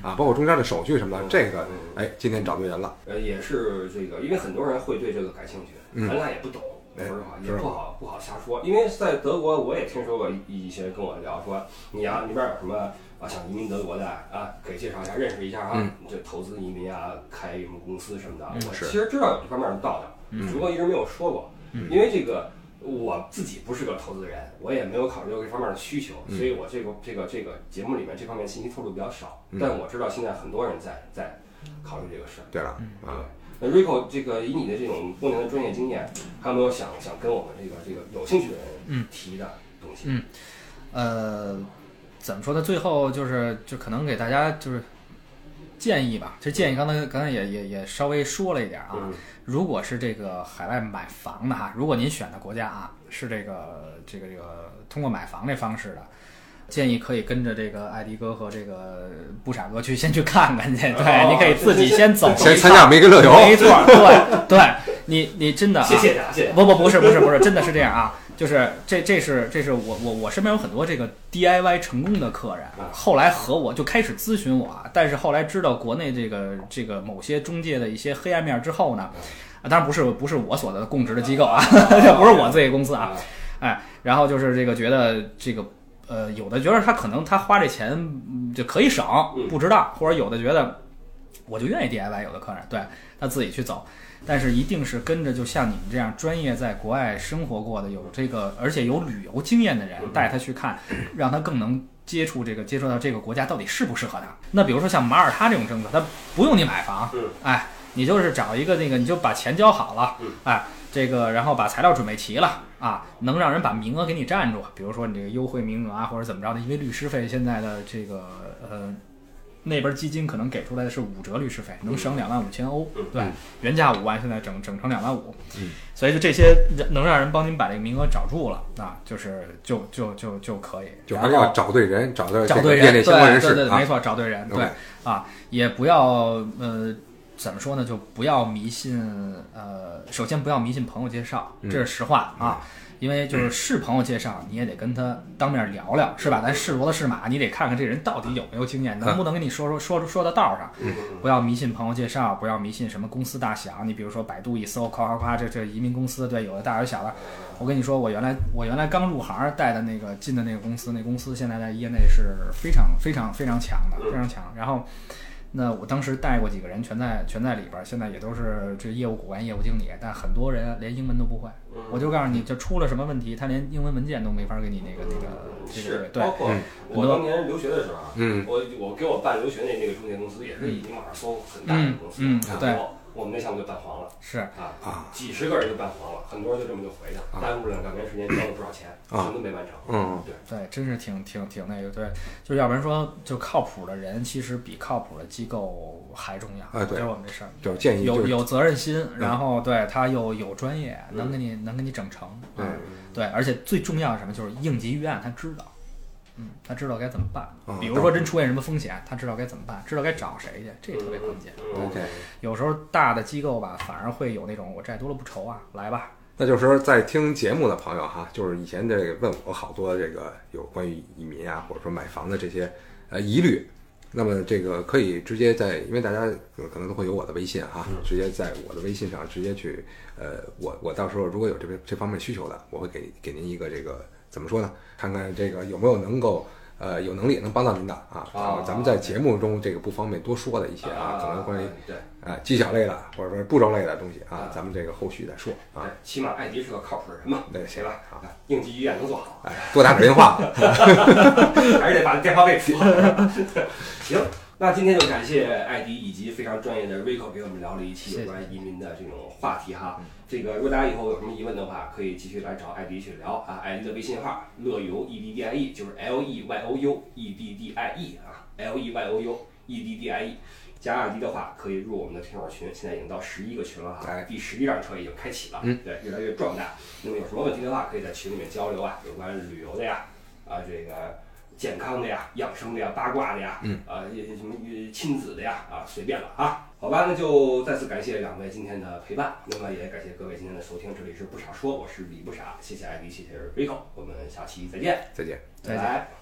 S3: 啊，包括中间的手续什么的，这个哎今天找对人了，
S1: 呃，也是这个，因为很多人会对这个感兴趣，咱俩也不懂，说
S3: 嗯哎
S1: 实话也
S3: 是
S1: 不好不好瞎说。因为在德国，我也听说过一一些跟我聊说，你呀、那边有什么啊想移民德国的啊，给介绍一下，认识一下啊
S3: 嗯，
S1: 这投资移民啊，开什么公司什么的，我
S3: 是嗯
S1: 其实知道有这方面的道道，只不过一直没有说过，因为这个。我自己不是个投资人，我也没有考虑过这方面的需求，
S3: 嗯
S1: 所以我这个这个这个节目里面这方面信息透露比较少。
S3: 嗯
S1: 但我知道现在很多人在在考虑这个事儿。
S3: 对了
S1: 嗯
S3: 啊。
S1: 那 Rico，这个以你的这种多年的专业经验，还有没有想想跟我们这个这个有兴趣的人提的东西？
S2: 嗯呃，怎么说呢？最后就是就可能给大家就是建议吧，其实建议刚才刚才也也也稍微说了一点啊。
S1: 嗯
S2: 如果是这个海外买房的哈，如果您选的国家啊是这个这个这个通过买房这方式的。建议可以跟着这个艾迪哥和这个布傻哥去先去看看去，
S3: 哦
S2: 对，你可以自己先走一趟，
S3: 先参加梅根乐游
S2: 没错，对对，你你真的啊，
S1: 谢谢大家，谢谢。
S2: 不不不是不是不是，真的是这样啊，就是这这是这是我我我身边有很多这个 DIY 成功的客人
S1: 啊，
S2: 后来和我就开始咨询我啊，但是后来知道国内这个这个某些中介的一些黑暗面之后呢，啊，当然不是不是我所的供职的机构啊，这 [laughs] 不是我自己公司啊，哎，然后就是这个觉得这个呃，有的觉得他可能他花这钱嗯就可以省
S1: 嗯，
S2: 不值当，或者有的觉得我就愿意 DIY，有的客人对他自己去走，但是一定是跟着就像你们这样专业在国外生活过的，有这个而且有旅游经验的人带他去看，让他更能。接触这个，接触到这个国家到底适不适合他？那比如说像马耳他这种政策，他不用你买房
S1: 嗯，
S2: 哎，你就是找一个那个，你就把钱交好了
S1: 嗯，
S2: 哎，这个然后把材料准备齐了啊，能让人把名额给你占住，比如说你这个优惠名额啊，或者怎么着的，因为律师费现在的这个呃那边基金可能给出来的是五折律师费，能省两万五千欧
S1: 嗯，
S2: 对
S3: 嗯，
S2: 原价五万，现在整整成两万五
S3: 嗯，
S2: 所以就这些能让人帮您把这个名额找住了啊，就是就就就就可以，
S3: 就
S2: 然
S3: 还
S2: 后
S3: 是要找对人，找到
S2: 找
S3: 这个
S2: 对人，
S3: 业内相关人士
S2: 对对对，
S3: 啊
S2: 没。错，找对人，对
S3: OK
S2: 啊，也不要呃，怎么说呢，就不要迷信呃，首先不要迷信朋友介绍，这是实话
S3: 嗯
S2: 啊。因为就是是朋友介绍，你也得跟他当面聊聊，是吧？咱是骡子是马，你得看看这人到底有没有经验，能
S3: 嗯
S2: 不能跟你说说说说到道上。
S1: 嗯
S2: 不要迷信朋友介绍，不要迷信什么公司大小。你比如说百度一搜，夸夸夸，这这移民公司，对，有的大有小的。我跟你说，我原来我原来刚入行带的那个进的那个公司，那公司现在在业内是非常非常非常强的，非常强。然后，那我当时带过几个人，全在全在里边儿，现在也都是这业务骨干、业务经理，但很多人连英文都不会。我就告诉你，就出了什么问题，他连英文文件都没法给你那个那个这个
S1: 是，哦
S2: 对
S1: 包括我
S2: 嗯
S1: 当年留学的时候啊，
S3: 嗯
S1: 我我给我办留学那那个中介公司也是已经网上搜很大的公司，
S2: 嗯嗯嗯
S1: 很
S2: 对
S1: 多，我们那项目就办黄了
S2: 是
S1: 啊，
S3: 啊
S1: 几十个人就办黄了，很多人就这么就回去了，耽误了两年时间，交了不少钱，
S3: 啊
S1: 什么都没完成。
S3: 嗯，
S2: 对，真是挺挺挺那个，对，就是要不然说，就靠谱的人其实比靠谱的机构还重要。
S3: 啊对
S2: 就是我们这事儿，
S3: 就是建议就
S2: 有
S3: 是嗯
S2: 有责任心，然后对他又有专业，能给你能给你整成。啊
S3: 嗯
S2: 对，而且最重要的是什么，就是应急预案他知道，嗯，他知道该怎么办
S3: 嗯。
S2: 比如说真出现什么风险，他知道该怎么办，知道该找谁去，这特别关键。
S1: 嗯
S2: 对，
S3: OK，
S2: 有时候大的机构吧，反而会有那种我债多了不愁啊，来吧，
S3: 那就是说在听节目的朋友哈，就是以前这个问我好多这个有关于移民啊，或者说买房的这些呃疑虑，那么这个可以直接在，因为大家呃可能都会有我的微信哈，直接在我的微信上直接去，呃，我我到时候如果有这边这方面需求的，我会给给您一个这个怎么说呢？看看这个有没有能够。呃，有能力能帮到您的啊，咱们咱们在节目中这个不方便多说的一些啊，可能关于
S1: 嗯对
S3: 啊，技巧类的或者说步骤类的东西啊，咱们这个后续再说
S1: 对
S3: 啊。，
S1: 起码艾迪是个靠谱的人嘛，
S3: 对，
S1: 对
S3: 行了
S1: 吧？
S3: 啊，
S1: 应急预案能做好。
S3: 哎，多打点电话。
S1: 还是得把电话费付了。 [laughs] 行，那今天就感谢艾迪以及非常专业的 Rico 给我们聊了一期有关移民的这种话题哈。这个如果大家以后有什么疑问的话，可以继续来找艾迪去聊啊。艾迪的微信号乐游 E D D I E 就是 L E Y O U E D D I E 啊，L E Y O U EDDIE。加阿迪的话，可以入我们的听友群，现在已经到十一个群了哈
S3: 哎，
S1: 第十一辆车已经开启了，
S3: 嗯
S1: 对，越来越壮大。那么有什么问题的话，可以在群里面交流啊，有关旅游的呀，啊这个健康的呀、养生的呀、八卦的呀，
S3: 嗯，
S1: 啊一些什么一亲子的呀，啊随便了啊。好吧，那就再次感谢两位今天的陪伴，那么也感谢各位今天的收听，这里是不傻说，我是李不傻，谢谢艾迪，谢谢 Rico，我们下期再见，
S3: 再见。
S2: 再见
S1: 拜拜